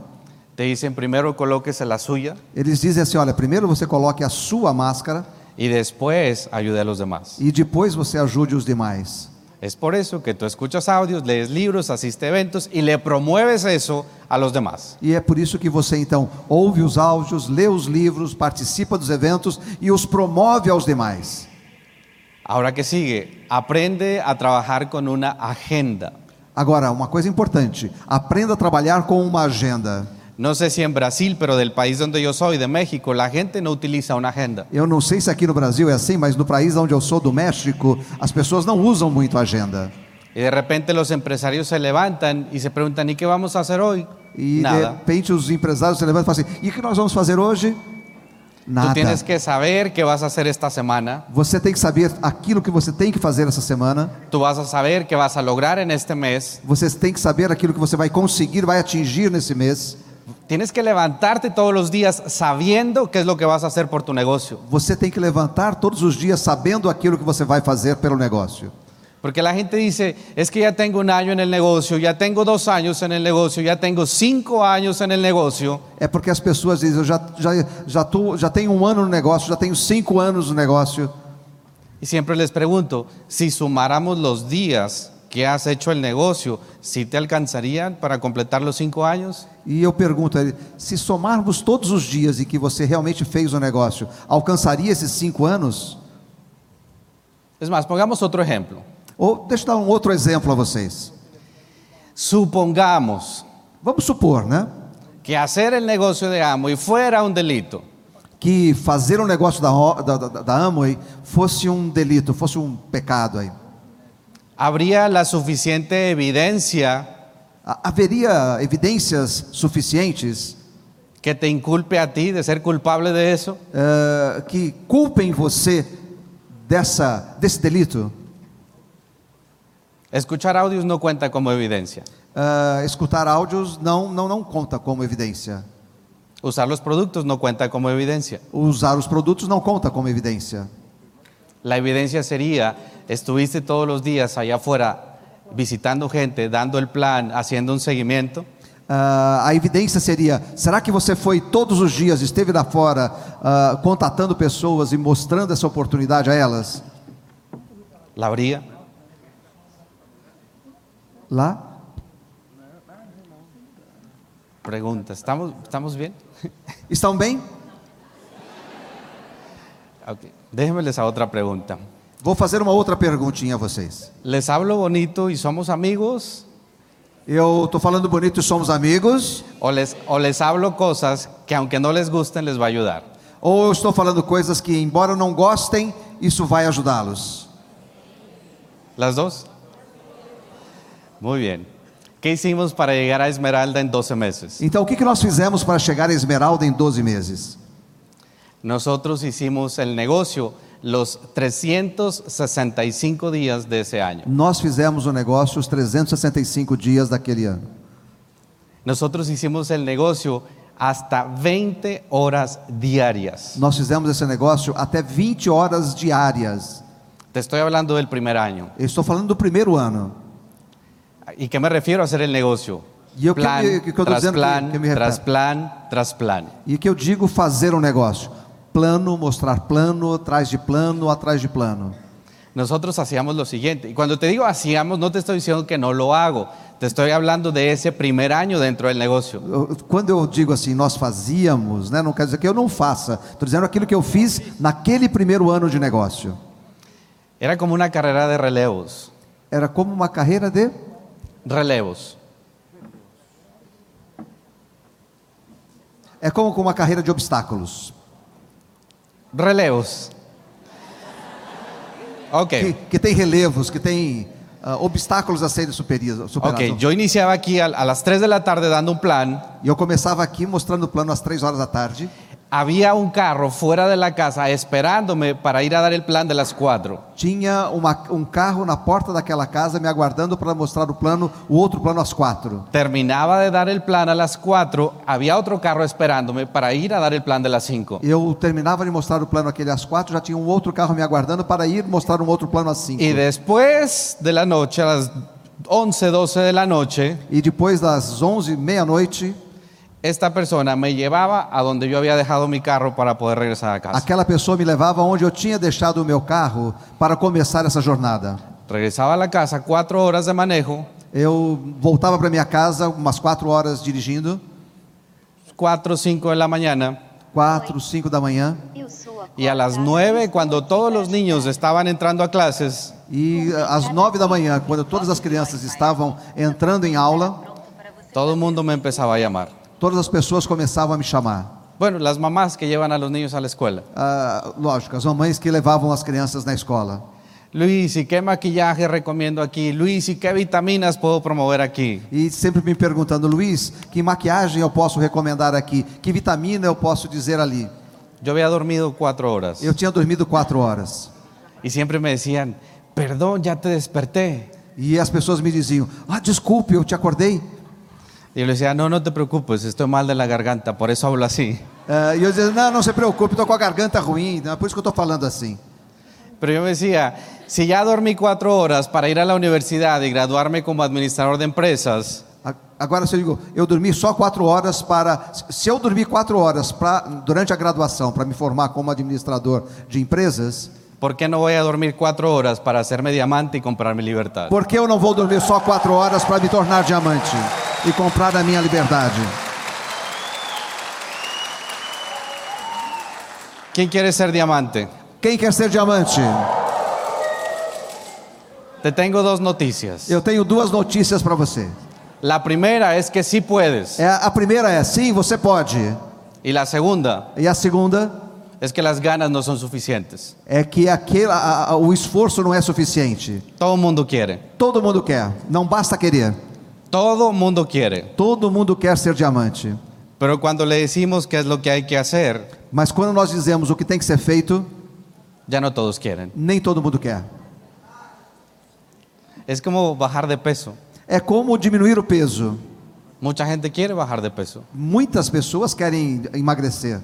Te dicen primero colóquese la suya Eles dizem assim: olha, primeiro você coloque a sua máscara y después ayude a los demás. e depois você ajude os demais. Es por eso que tú escuchas audios, lees libros, asiste a eventos y le promueves eso a los demás. E é por isso que você então ouve os áudios, lê os livros, participa dos eventos e os promove aos demais. Ahora que sigue, aprende a trabajar con una agenda. Agora, uma coisa importante: aprenda a trabalhar com uma agenda. No sé si en Brasil, pero del país donde yo soy, de México, la gente no utiliza una agenda. Eu não sei se aqui no Brasil é assim, mas no país onde eu sou, do México, as pessoas não usam muito a agenda. Y de repente los empresarios se levantan y se preguntan, ¿y qué vamos a hacer hoy? E de Nada. repente os empresários se levantam e falam assim: e o que nós vamos fazer hoje? Tú Nada. tienes que saber qué vas a hacer esta semana. Você tem que saber aquilo que você tem que fazer essa semana. Tú vas a saber qué vas a lograr en este mes. Você tem que saber aquilo que você vai conseguir, vai atingir nesse mês. Tienes que levantarte todos los días sabiendo qué es lo que vas a hacer por tu negocio. Você tem que levantar todos os dias sabendo aquilo que você vai fazer pelo negócio. Porque la gente dice, es que ya tengo un año en el negocio, ya tengo dos años en el negocio, ya tengo cinco años en el negocio. É porque as pessoas dizem: eu já, já, já, tô, já tenho um ano no negócio, já tenho cinco anos no negócio. Y siempre les pregunto, si sumáramos los días que has hecho el negocio, ¿sí te alcanzarían para completar los cinco años? E eu pergunto a ele: se somarmos todos os dias em que você realmente fez o negócio, alcançaria esses cinco anos? Es más, pongamos otro ejemplo. Ou deixa eu dar um outro exemplo a vocês. Supongamos Vamos supor, né, que hacer el negocio de amo y fuera un delito. que fazer um negócio da, Ro- da, da, da Amway fosse um delito, fosse um pecado aí. ¿Habría la suficiente evidencia Ha- Haveria evidências suficientes que te inculpe a ti de ser culpable de eso? eh, que culpem você dessa, desse delito? Escuchar audios no cuenta como evidencia. Eh, escutar áudios não, não, não conta como evidência. Usar los productos no cuenta como evidencia. Usar os produtos não conta como evidência. La evidencia sería, estuviste todos los días allá afuera visitando gente, dando el plan, haciendo un seguimiento. Ah, a evidência seria: será que você foi todos os dias, esteve lá fora, ah, contatando pessoas e mostrando essa oportunidade a elas? ¿La habría? lá? Pregunta, ¿estamos, estamos bien? Estão bem? Ok, Déjenmeles a otra pregunta. Vou fazer uma outra perguntinha a vocês. ¿Les hablo bonito y somos amigos? Eu estou falando bonito e somos amigos, ¿O les, ¿O les hablo cosas que aunque no les gusten les va a ayudar? ou eu estou falando coisas que, embora não gostem, isso vai ajudá-los? ¿Las dos? Muy bien. ¿Qué hicimos para llegar a Esmeralda en 12 meses? Então, o que, que nós fizemos para chegar a Esmeralda em 12 meses? Nosotros hicimos el negocio los 365 días de ese año. Nós fizemos o negócio os 365 dias daquele ano. Nosotros hicimos el negocio hasta 20 horas diarias. Nós fizemos esse negócio até 20 horas diárias. Te estoy hablando del primer año. Eu estou falando do primeiro ano. ¿Y qué me refiero a hacer el negocio? ¿Y yo qué plan, me- qué- qué tras diciendo que- plan, que me tras repara? plan, tras plan. E que eu digo fazer um negócio. Plano, mostrar plano, atrás de plano, atrás de plano. Nosotros hacíamos lo siguiente. Y cuando te digo hacíamos, no te estoy diciendo que no lo hago. Te estoy hablando de ese primer año dentro del negocio. Eu- Quando eu digo assim, nós fazíamos, né, não quer dizer que eu não faça. Estou dizendo aquilo que eu fiz naquele primeiro ano de negócio. Era como una carrera de relevos. Era como uma carreira de. Relevos. É como com uma carreira de obstáculos. Relevos. Ok. Que, que tem relevos, que tem ah, obstáculos a serem superi- superados. Ok, yo iniciaba aquí a, a las 3 de la tarde dando un plan. E eu começava aqui mostrando o plano às três horas da tarde. Había un carro fuera de la casa esperándome para ir a dar el plan de las 4. Tinha uma- um carro na porta daquela casa me aguardando para mostrar o plano, o outro plano às quatro. Terminaba de dar el plan a las 4, había otro carro esperándome para ir a dar el plan de las 5. Eu terminava de mostrar o plano aquele às quatro, já tinha um outro carro me aguardando para ir mostrar um outro plano às cinco. Y después de la noche, a las 11, 12 de la noche, E depois das onze, meia-noite, esta persona me llevaba a donde yo había dejado mi carro para poder regresar a casa. aquela pessoa me levava onde eu tinha deixado o meu carro para começar essa jornada. Regresaba a la casa, cuatro horas de manejo, Eu voltava para minha casa umas quatro horas dirigindo, 4 o 5 de la mañana. quatro, cinco da manhã. Y a las 9, cuando todos los niños estaban entrando a clases, E eh, às nove da manhã, quando todas as crianças estavam entrando em aula, todo el mundo me empezaba a llamar. todas as pessoas começavam a me chamar. Bueno, las mamás que llevan a los niños a la escuela. Ah, lógico, as mamães que levavam as crianças na escola. Luis, ¿y qué maquillaje recomiendo aquí? Luis, ¿y qué vitaminas puedo promover aquí? E sempre me perguntando, Luiz, que maquiagem eu posso recomendar aqui? Que vitamina eu posso dizer ali? Yo había dormido cuatro horas. Eu tinha dormido quatro horas. Y siempre me decían, perdón, ya te desperté. E as pessoas me diziam, ah, desculpe, eu te acordei. Y yo le decía, no, no te preocupes, estoy mal de la garganta, por eso hablo así. Ah, e eu dizia, não, não se preocupe, estou com a garganta ruim, não é por isso que eu estou falando assim. Pero yo me decía, si ya dormí cuatro horas para ir a la universidad y graduarme como administrador de empresas, A- Agora, se eu digo, eu dormi só quatro horas para. Se eu dormi quatro horas pra, durante a graduação para me formar como administrador de empresas, ¿por qué no voy a dormir cuatro horas para hacerme diamante y comprar mi libertad? por que eu não vou dormir só quatro horas para me tornar diamante e comprar a minha liberdade? ¿Quién quiere ser diamante? Quem quer ser diamante? Te tengo dos noticias. Eu tenho duas notícias para você. La primera es que sí puedes. É, a primeira é: sim, você pode. Y la segunda E a segunda es que las ganas no son suficientes. é que aquele, a- a- o esforço não é suficiente. Todo mundo quiere. Todo mundo quer, não basta querer. Todo mundo quiere. Todo mundo quer ser diamante. Pero cuando le decimos qué es lo que hay que hacer, Mas quando nós dizemos o que tem que ser feito, ya no todos quieren. nem todo mundo quer. Es como bajar de peso. É como diminuir o peso. Mucha gente quiere bajar de peso. Muitas pessoas querem emagrecer,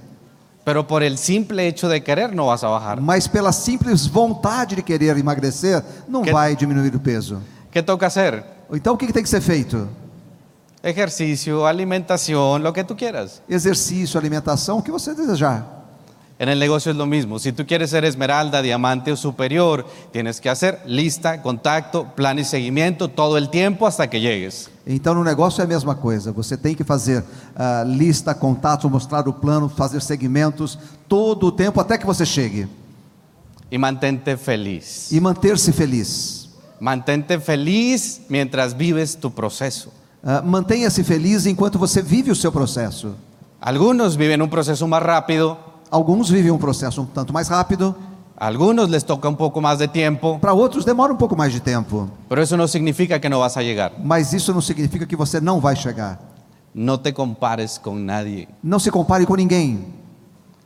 Pero por el simple hecho de querer no vas a bajar. mas pela simples vontade de querer emagrecer, não Que- vai diminuir o peso. ¿Qué toca hacer? Então o que que tem que ser feito? Ejercicio, alimentación, lo que tú quieras. Exercício, alimentação, o que você desejar. En el negocio es lo mismo. Si tú quieres ser esmeralda, diamante o superior, tienes que hacer lista, contacto, plan y seguimiento todo el tiempo hasta que llegues. Então, no negócio é a mesma coisa. Você tem que fazer ah, lista, contato, mostrar o plano, fazer segmentos todo o tempo até que você chegue Y mantente feliz. e manter-se feliz. Mantente feliz mientras vives tu proceso. Ah, Mantenha-se feliz enquanto você vive o seu processo. Algunos viven un proceso más rápido, Alguns vivem um processo um tanto mais rápido, algunos les toca un poco más de tiempo, para outros demora um pouco mais de tempo. pero eso no significa que no vas a llegar. Mas isso não significa que você não vai chegar. No te compares con nadie. Não se compare com ninguém.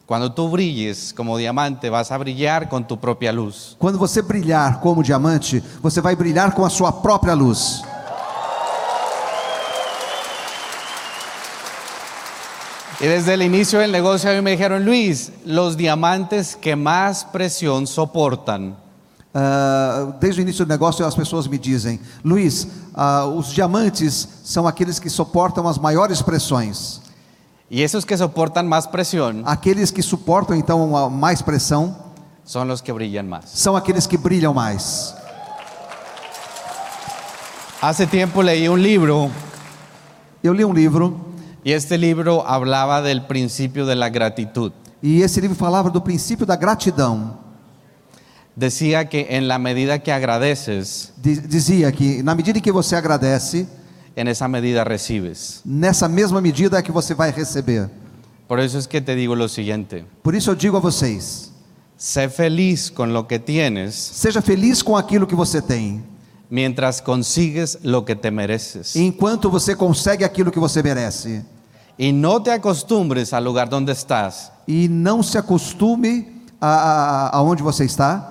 Cuando tú brilles como diamante, vas a brillar con tu propia luz. Quando você brilhar como diamante, você vai brilhar com a sua própria luz. Y desde el inicio del negocio a mí me dijeron, Luis, los diamantes que más presión soportan Ah, desde o início do negócio, as pessoas me dizem: Luiz, ah, os diamantes são aqueles que suportam as maiores pressões. y esos que soportan más presión Aqueles que suportam então a mais pressão son los que brillan más. são aqueles que brilham mais. Hace tiempo leí un libro Eu li um livro y este libro hablaba del principio de la gratitud. e esse livro falava do princípio da gratidão. Decía que en la medida que agradeces, Di- Dizia que na medida em que você agradece, en esa medida recibes. nessa mesma medida é que você vai receber. Por eso es que te digo lo siguiente, Por isso eu digo a vocês: sé feliz con lo que tienes seja feliz com aquilo que você tem, mientras consigues lo que te mereces. enquanto você consegue aquilo que você merece. Y no te acostumbres al lugar donde estás, e não se acostume a, a, aonde você está,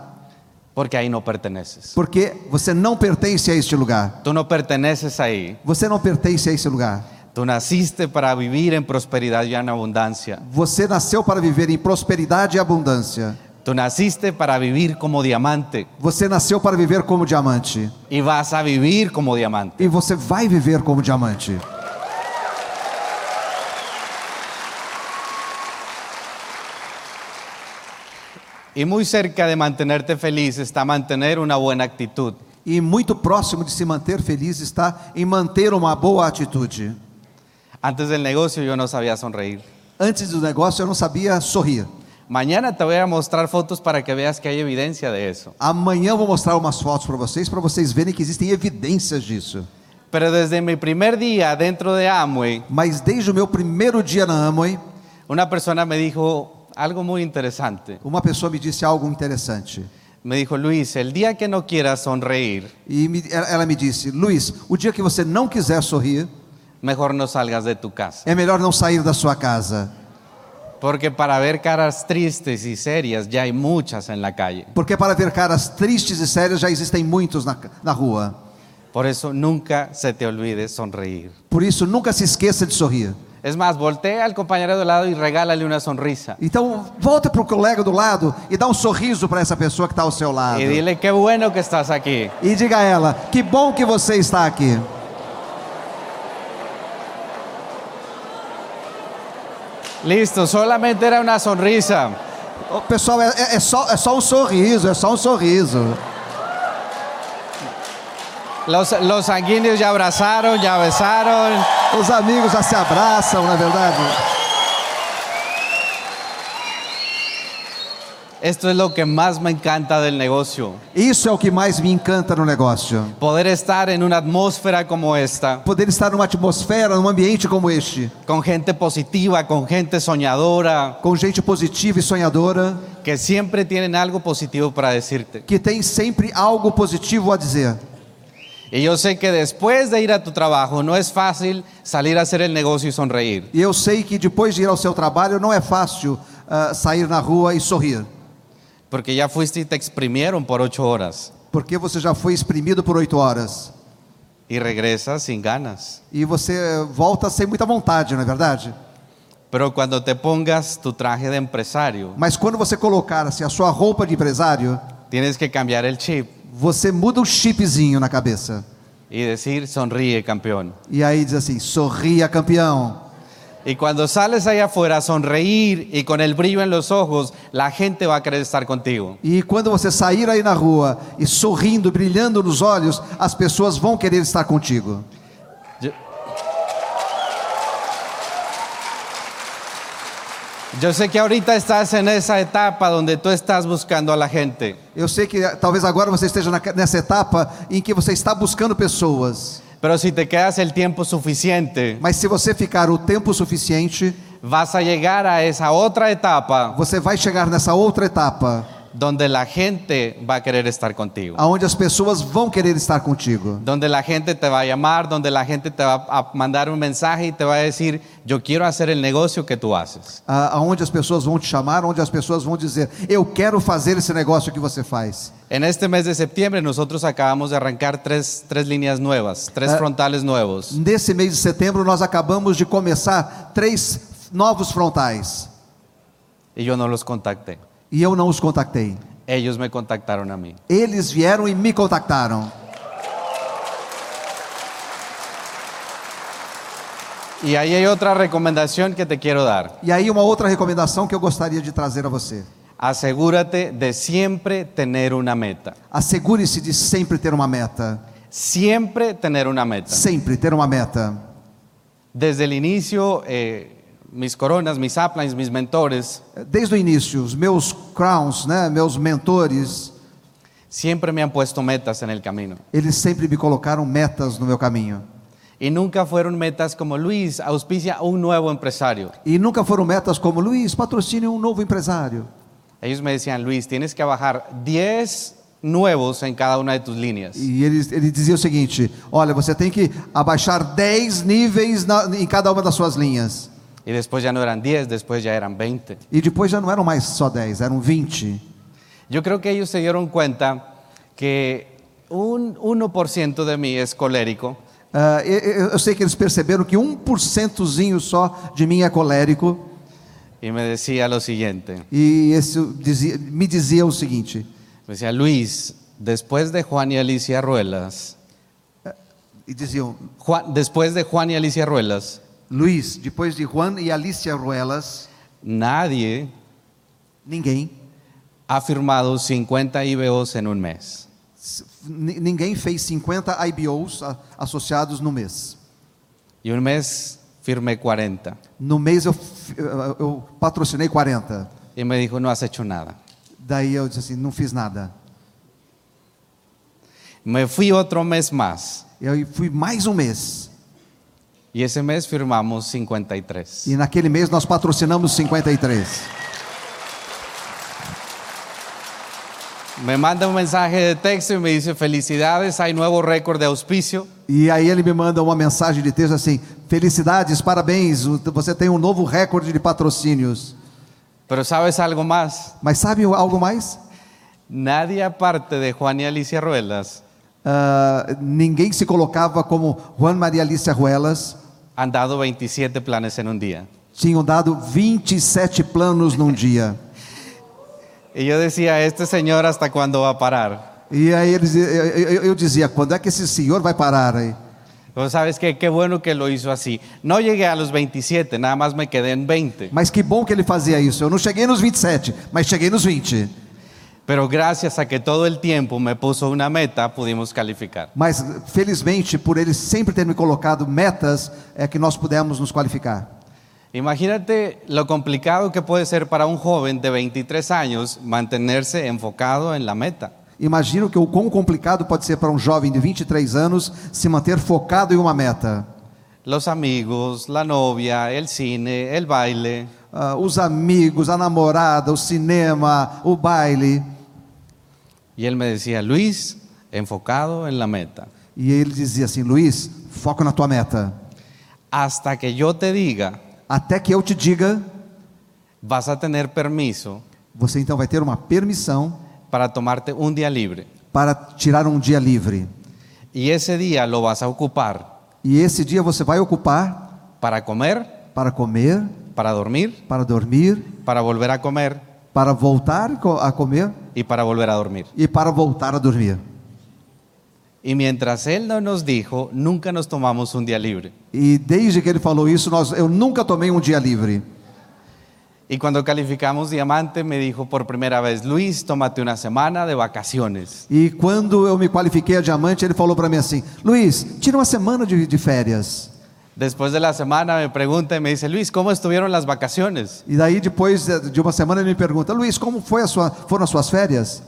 porque ahí no perteneces. porque você não pertence a este lugar. Tú no perteneces ahí. Você não pertence a esse lugar. Tú naciste para vivir en prosperidad y en abundancia. Você nasceu para viver em prosperidade e abundância. Tú naciste para vivir como diamante Você nasceu para viver como diamante y vas a vivir como diamante. e você vai viver como diamante. Y muy cerca de mantenerte feliz está mantener una buena actitud. E muito próximo de se manter feliz está em manter uma boa atitude. Antes del negocio yo no sabía sonreír. Antes do negócio eu não sabia sorrir. Mañana te voy a mostrar fotos para que veas que hay evidencia de eso. Amanhã eu vou mostrar umas fotos para vocês, para vocês verem que existem evidências disso. Pero desde mi primer día dentro de Amway, Mas desde o meu primeiro dia na Amway, una persona me dijo algo muy interesante. Uma pessoa me disse algo interessante. Me dijo, Luis, el día que no quieras sonreír, E me- ela ela me disse: Luiz, o dia que você não quiser sorrir, mejor no salgas de tu casa. é melhor não sair da sua casa. Porque para ver caras tristes y serias ya hay muchas en la calle. Porque para ver caras tristes e sérias já existem muitos na, ca- na rua. Por eso nunca se te olvide sonreír. Por isso, nunca se esqueça de sorrir. Es más, voltea al compañero de lado y regálale una sonrisa. Então, volta para o colega do lado e dá um sorriso para essa pessoa que está ao seu lado. Y dile, qué bueno que estás aquí. E diga a ela: Que bom que você está aqui. Listo, solamente era una sonrisa. Ô, Pessoal, é, é- é só, é só um sorriso, é só um sorriso. Los, los sanguíneos ya abrazaron, ya besaron. Os amigos já se abraçam, na verdade. Esto es lo que más me encanta del negocio. Isso é o que mais me encanta no negócio. Poder estar en una atmósfera como esta, poder estar numa atmosfera, num ambiente como este, con gente positiva, con gente soñadora, com gente positiva e sonhadora, que siempre tienen algo positivo para decirte. que tem sempre algo positivo a dizer. Y yo sé que después de ir a tu trabajo no es fácil salir a hacer el negocio y sonreír. E eu sei que depois de ir ao seu trabalho não é fácil ah, sair na rua e sorrir, Porque ya fuiste y te exprimieron por ocho horas porque você já foi exprimido por oito horas y regresas sin ganas. e você volta sem muita vontade, não é verdade? Pero cuando te pongas tu traje de empresario, Mas quando você colocar assim, a sua roupa de empresário, tienes que cambiar el chip você muda um chipzinho na cabeça. y decir sonríe campeón. E aí diz assim: sorria, campeão. Y cuando sales allá afuera a sonreír y con el brillo en los ojos, la gente va a querer estar contigo. E quando você sair aí na rua e sorrindo, brilhando nos olhos, as pessoas vão querer estar contigo. Yo sé que ahorita estás en esa etapa donde tú estás buscando a la gente. Eu sei que eh, talvez agora você esteja naque- nessa etapa em que você está buscando pessoas, Pero si te quedas el tiempo suficiente, mas se você ficar o tempo suficiente, vas a llegar a esa otra etapa você vai chegar nessa outra etapa, donde la gente va a querer estar contigo. aonde as pessoas vão querer estar contigo, Donde la gente te va a llamar, donde la gente te va a mandar un mensaje y te va a decir, yo quiero hacer el negocio que tú haces. a- aonde as pessoas vão te chamar, onde as pessoas vão dizer: Eu quero fazer esse negócio que você faz. En este mes de septiembre nosotros acabamos de arrancar tres, tres líneas nuevas, tres Ah. frontales nuevos. Nesse mês de setembro, nós acabamos de começar três novos frontais Y yo no los contacté. e eu não os contactei. Ellos me contactaron a mí. Eles vieram e me contactaram. Y ahí hay otra recomendación que te quiero dar. E aí, uma outra recomendação que eu gostaria de trazer a você. Asegúrate de siempre tener una meta. Assegure-se de sempre ter uma meta. Tá. Siempre tener una meta. Sempre ter uma meta. Desde el inicio, eh, mis coronas, mis uplines, mis mentores, Desde o início, os meus crowns, né, meus mentores, siempre me han puesto metas en el camino. eles sempre me colocaram metas no meu caminho. Y nunca fueron metas como Luis, auspicia a un nuevo empresario. E nunca foram metas como Luiz, patrocine um novo empresário. Ellos me decían, Luis, tienes que bajar 10 nuevos en cada una de tus líneas. E ele, ele dizia o seguinte: olha, você tem que abaixar 10 níveis na- em cada uma das suas linhas. Y después ya no eran 10, después ya eran 20. E depois já não eram mais só 10, eram 20. Yo creo que ellos se dieron cuenta que un 1% de mí es colérico. Ah, e- e- eu, sei que eles perceberam que 1%zinho só de mim é colérico. Y me decía lo siguiente, E esse dizia- me dizia o seguinte: me decía Luis, después de Juan y Alicia Ruelas, e diziam, Juan- después de Juan y Alicia Ruelas, Luiz, depois de Juan e Alicia Ruelas, nadie ninguém, ha firmado 50 IBOs en un mes. s- ni- ninguém fez 50 IBOs a- associados no mês. Y un mes firmé 40. No mês eu, f- eu- eu patrocinei 40. Y me dijo, no has hecho nada. Daí eu disse assim, não fiz nada. Me fui otro mes más. Eu fui mais um mês. Y ese mes firmamos 53. E naquele mês nós patrocinamos 53. Me manda un mensaje de texto y me dice, felicidades, hay nuevo récord de auspicio. E aí ele me manda uma mensagem de texto assim: Felicidades, parabéns, o- você tem um novo recorde de patrocínios. Pero sabes algo más, Mas sabe algo mais? nadie aparte de Juan y Alicia Ruelas Ah, ninguém se colocava como Juan Maria Alicia Ruelas. han dado 27 planes en un día. Tinham dado 27 planos num dia. Y yo decía, este señor hasta cuándo va a parar. E aí eles, eu, eu- eu dizia: quando é que esse senhor vai parar aí? Pero sabes qué, qué bueno que lo hizo así. No llegué a los 27, nada más me quedé en 20. Mas que bom que ele fazia isso. Eu não cheguei nos 27, mas cheguei nos 20. Pero gracias a que todo el tiempo me puso una meta, pudimos calificar. Mas felizmente, por ele sempre ter me colocado metas, é que nós pudemos nos qualificar. Imagínate lo complicado que puede ser para un joven de 23 años mantenerse enfocado en la meta. Imagino que o quão complicado pode ser para um jovem de 23 anos se manter focado em uma meta. Los amigos, la novia, el cine, el baile. Ah, os amigos, a namorada, o cinema, o baile. Y él me decía, Luis, enfocado en la meta. E ele dizia assim: Luiz, foco na tua meta. Hasta que yo te diga, Até que eu te diga, vas a tener permiso você então vai ter uma permissão para tomarte un día libre. para tirar um dia livre. Y ese día lo vas a ocupar E esse dia você vai ocupar para comer, para comer, para dormir, para dormir, para volver a comer para voltar co- a comer y para volver a dormir. e para voltar a dormir. Y mientras Él no nos dijo, nunca nos tomamos un día libre. E desde que ele falou isso, nós, eu nunca tomei um dia livre. Y cuando calificamos diamante, me dijo por primera vez, Luis, tómate una semana de vacaciones. E quando eu me qualifiquei a diamante, ele falou para mim assim: Luiz, tira uma semana de, de férias. Después de la semana me pregunta y me dice, Luis, ¿cómo estuvieron las vacaciones? E daí, depois eh, de uma semana, ele me pergunta: Luiz, como foi a sua, foram as suas férias?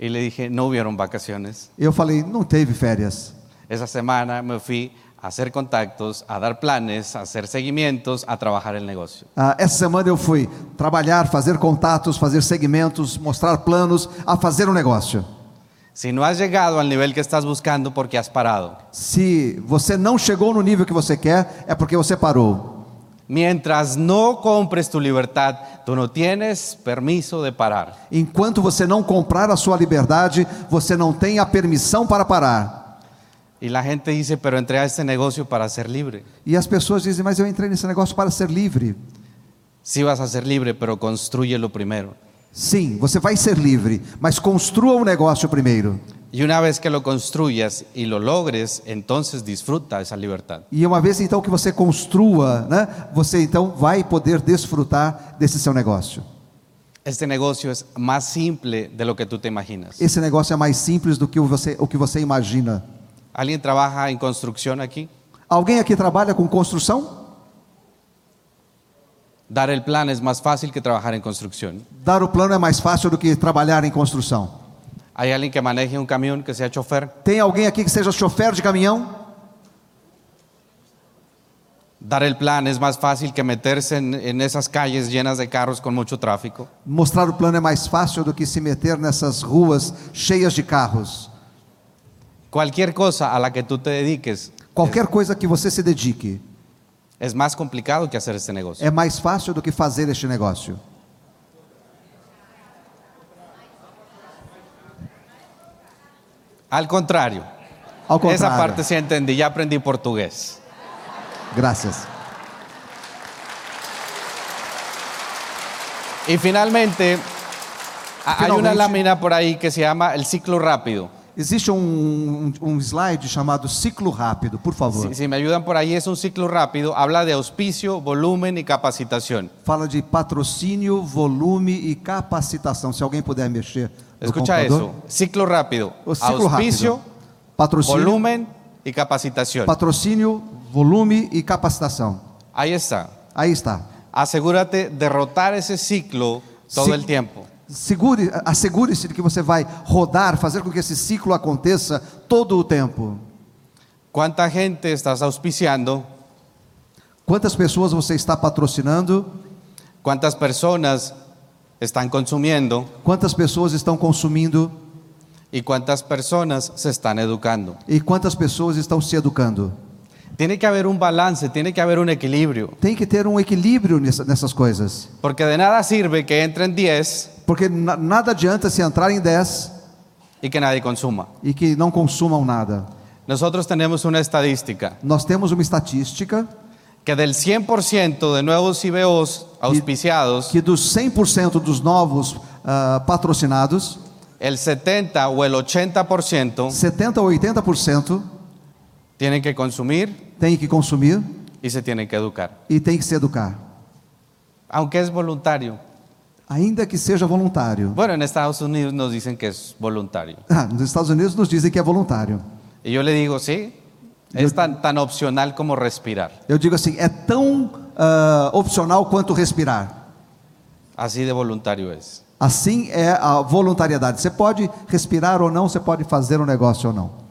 Y le dije, no hubieron vacaciones. Eu falei: Não teve férias. Esa semana me fui a hacer contactos, a dar planes, a hacer seguimientos, a trabajar el negocio. Ah, essa semana eu fui trabalhar, fazer contatos, fazer segmentos, mostrar planos, a fazer um negócio. Si no has llegado al nivel que estás buscando porque has parado. Se você não chegou no nível que você quer, é porque você parou. Mientras no compres tu libertad, tú no tienes permiso de parar. Enquanto você não comprar a sua liberdade, você não tem a permissão para parar. Y la gente dice, pero entré a este negocio para ser libre. E as pessoas dizem: Mas eu entrei nesse negócio para ser livre. Sí vas a ser libre, pero construye lo primero. Sim, você vai ser livre, mas construa o negócio primeiro. Y una vez que lo construyas y lo logres, entonces disfruta esa libertad. E uma vez então que você construa, né, você então vai poder desfrutar desse seu negócio. Este negocio es más simple de lo que tú te imaginas. Esse negócio é mais simples do que o, você, o que você imagina. ¿Alguien trabaja en construcción aquí? Alguém aqui trabalha com construção? Dar el plan es más fácil que trabajar en construcción. Dar o plano é mais fácil do que trabalhar em construção. ¿Hay alguien que maneje un camión, que sea chofer? Tem alguém aqui que seja chofer de caminhão? Dar el plan es más fácil que meterse en, en esas calles llenas de carros con mucho tráfico. Mostrar o plano é mais fácil do que se meter nessas ruas cheias de carros. Cualquier cosa a la que tú te dediques Qualquer coisa que você se dedique es más complicado que hacer este negocio. é mais fácil do que fazer este negócio. Al contrario, Ao contrário. esa parte sí entendí, ya aprendí portugués. Graças. Y finalmente, a- hay una Finalmente. lámina por ahí que se llama el ciclo rápido. Existe um, um, um slide chamado ciclo rápido, por favor. Si, si me ayudan por ahí, es un ciclo rápido. Habla de auspicio, volumen y capacitación. Fala de patrocínio, volume e capacitação. Se alguém puder mexer no Escucha computador. eso. Ciclo rápido. O Oh, ciclo auspicio, rápido. Pues Patrocínio, volumen y capacitación. patrocínio, volume e capacitação. Ahí está. Aí está. Asegúrate de rotar esse ciclo todo Cic- el tiempo. Segure, assegure-se de que você vai rodar, fazer com que esse ciclo aconteça todo o tempo. ¿Cuánta gente estás auspiciando? Quantas pessoas você está patrocinando? ¿Cuántas personas están consumiendo? Quantas pessoas estão consumindo? ¿Y cuántas personas se están educando? E quantas pessoas estão se educando? Tiene que haber un balance, tiene que haber un equilibrio. Tem que ter um equilíbrio nessa- nessas coisas. Porque de nada sirve que entren 10 Porque na- nada adianta se entrar em 10 y que nadie consuma. e que não consumam nada. Nosotros tenemos una estadística Nós temos uma estatística que del 100% de nuevos IBOs auspiciados, que dos 100% dos novos ah, patrocinados, el 70 o el 80% 70 ou 80% tienen que consumir tem que consumir y se tienen que educar. e tem que se educar, Aunque es voluntario. ainda que seja voluntário. Bueno, en Estados Unidos nos dicen que es voluntario. Ah, nos Estados Unidos nos dizem que é voluntário. Y yo le digo, sí, es tan, tan opcional como respirar, Eu digo assim, é tão ah, opcional quanto respirar. así de voluntario es. Assim é a voluntariedade. Você pode respirar ou não, você pode fazer um negócio ou não.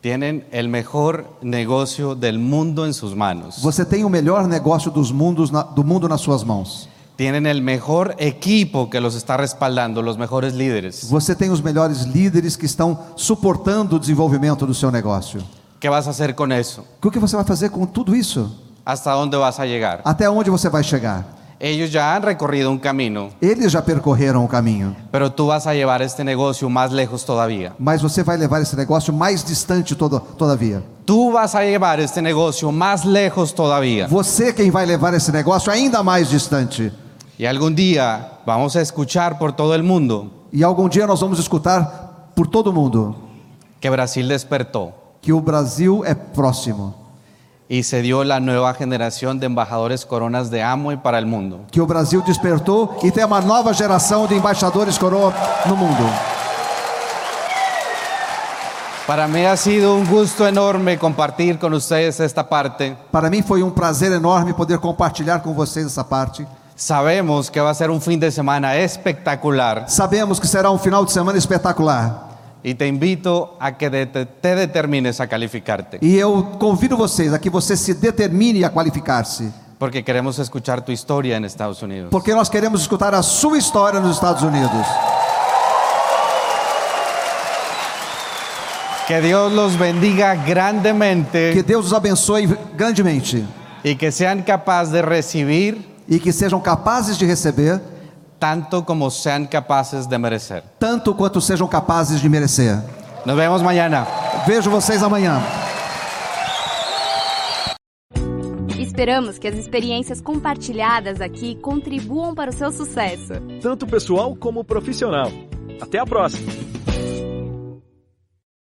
Tienen el mejor negocio del mundo en sus manos. Você tem o melhor negócio dos mundos na- do mundo nas suas mãos. Tienen el mejor equipo que los está respaldando, los mejores líderes. Você tem os melhores líderes que estão suportando o desenvolvimento do seu negócio. ¿Qué vas a hacer con eso? O que você vai fazer com tudo isso? ¿Hasta dónde vas a llegar? Até onde você vai chegar? Ellos ya han recorrido un camino, Eles já percorreram o caminho, pero tú vas a llevar este negocio más lejos todavía. mas você vai levar esse negócio mais distante todo, todavia. Tú vas a llevar este negocio más lejos todavía. Você é quem vai levar esse negócio ainda mais distante. Y algún día vamos a escuchar por todo el mundo E algum dia nós vamos escutar por todo mundo. que Brasil despertó que o Brasil é próximo, y se dio la nueva generación de embajadores coronas de Amway para el mundo. que o Brasil despertou e tem uma nova geração de embaixadores coroa no mundo. Para mí ha sido un gusto enorme compartir con ustedes esta parte. Para mim foi um prazer enorme poder compartilhar com vocês essa parte. Sabemos que va a ser un fin de semana espectacular Sabemos que será um final de semana espetacular y te invito a que de- te, te determines a calificarte, e eu convido vocês a que você se determine a qualificar-se, porque queremos escuchar tu historia en Estados Unidos. porque nós queremos escutar a sua história nos Estados Unidos. Que Dios los bendiga Que grandemente Deus os abençoe grandemente y que sean capaces de recibir e que sejam capazes de receber tanto como sean capaces de merecer. tanto quanto sejam capazes de merecer. Nos vemos mañana. Vejo vocês amanhã. Esperamos que as experiências compartilhadas aqui contribuam para o seu sucesso. tanto pessoal como profissional. Até a próxima!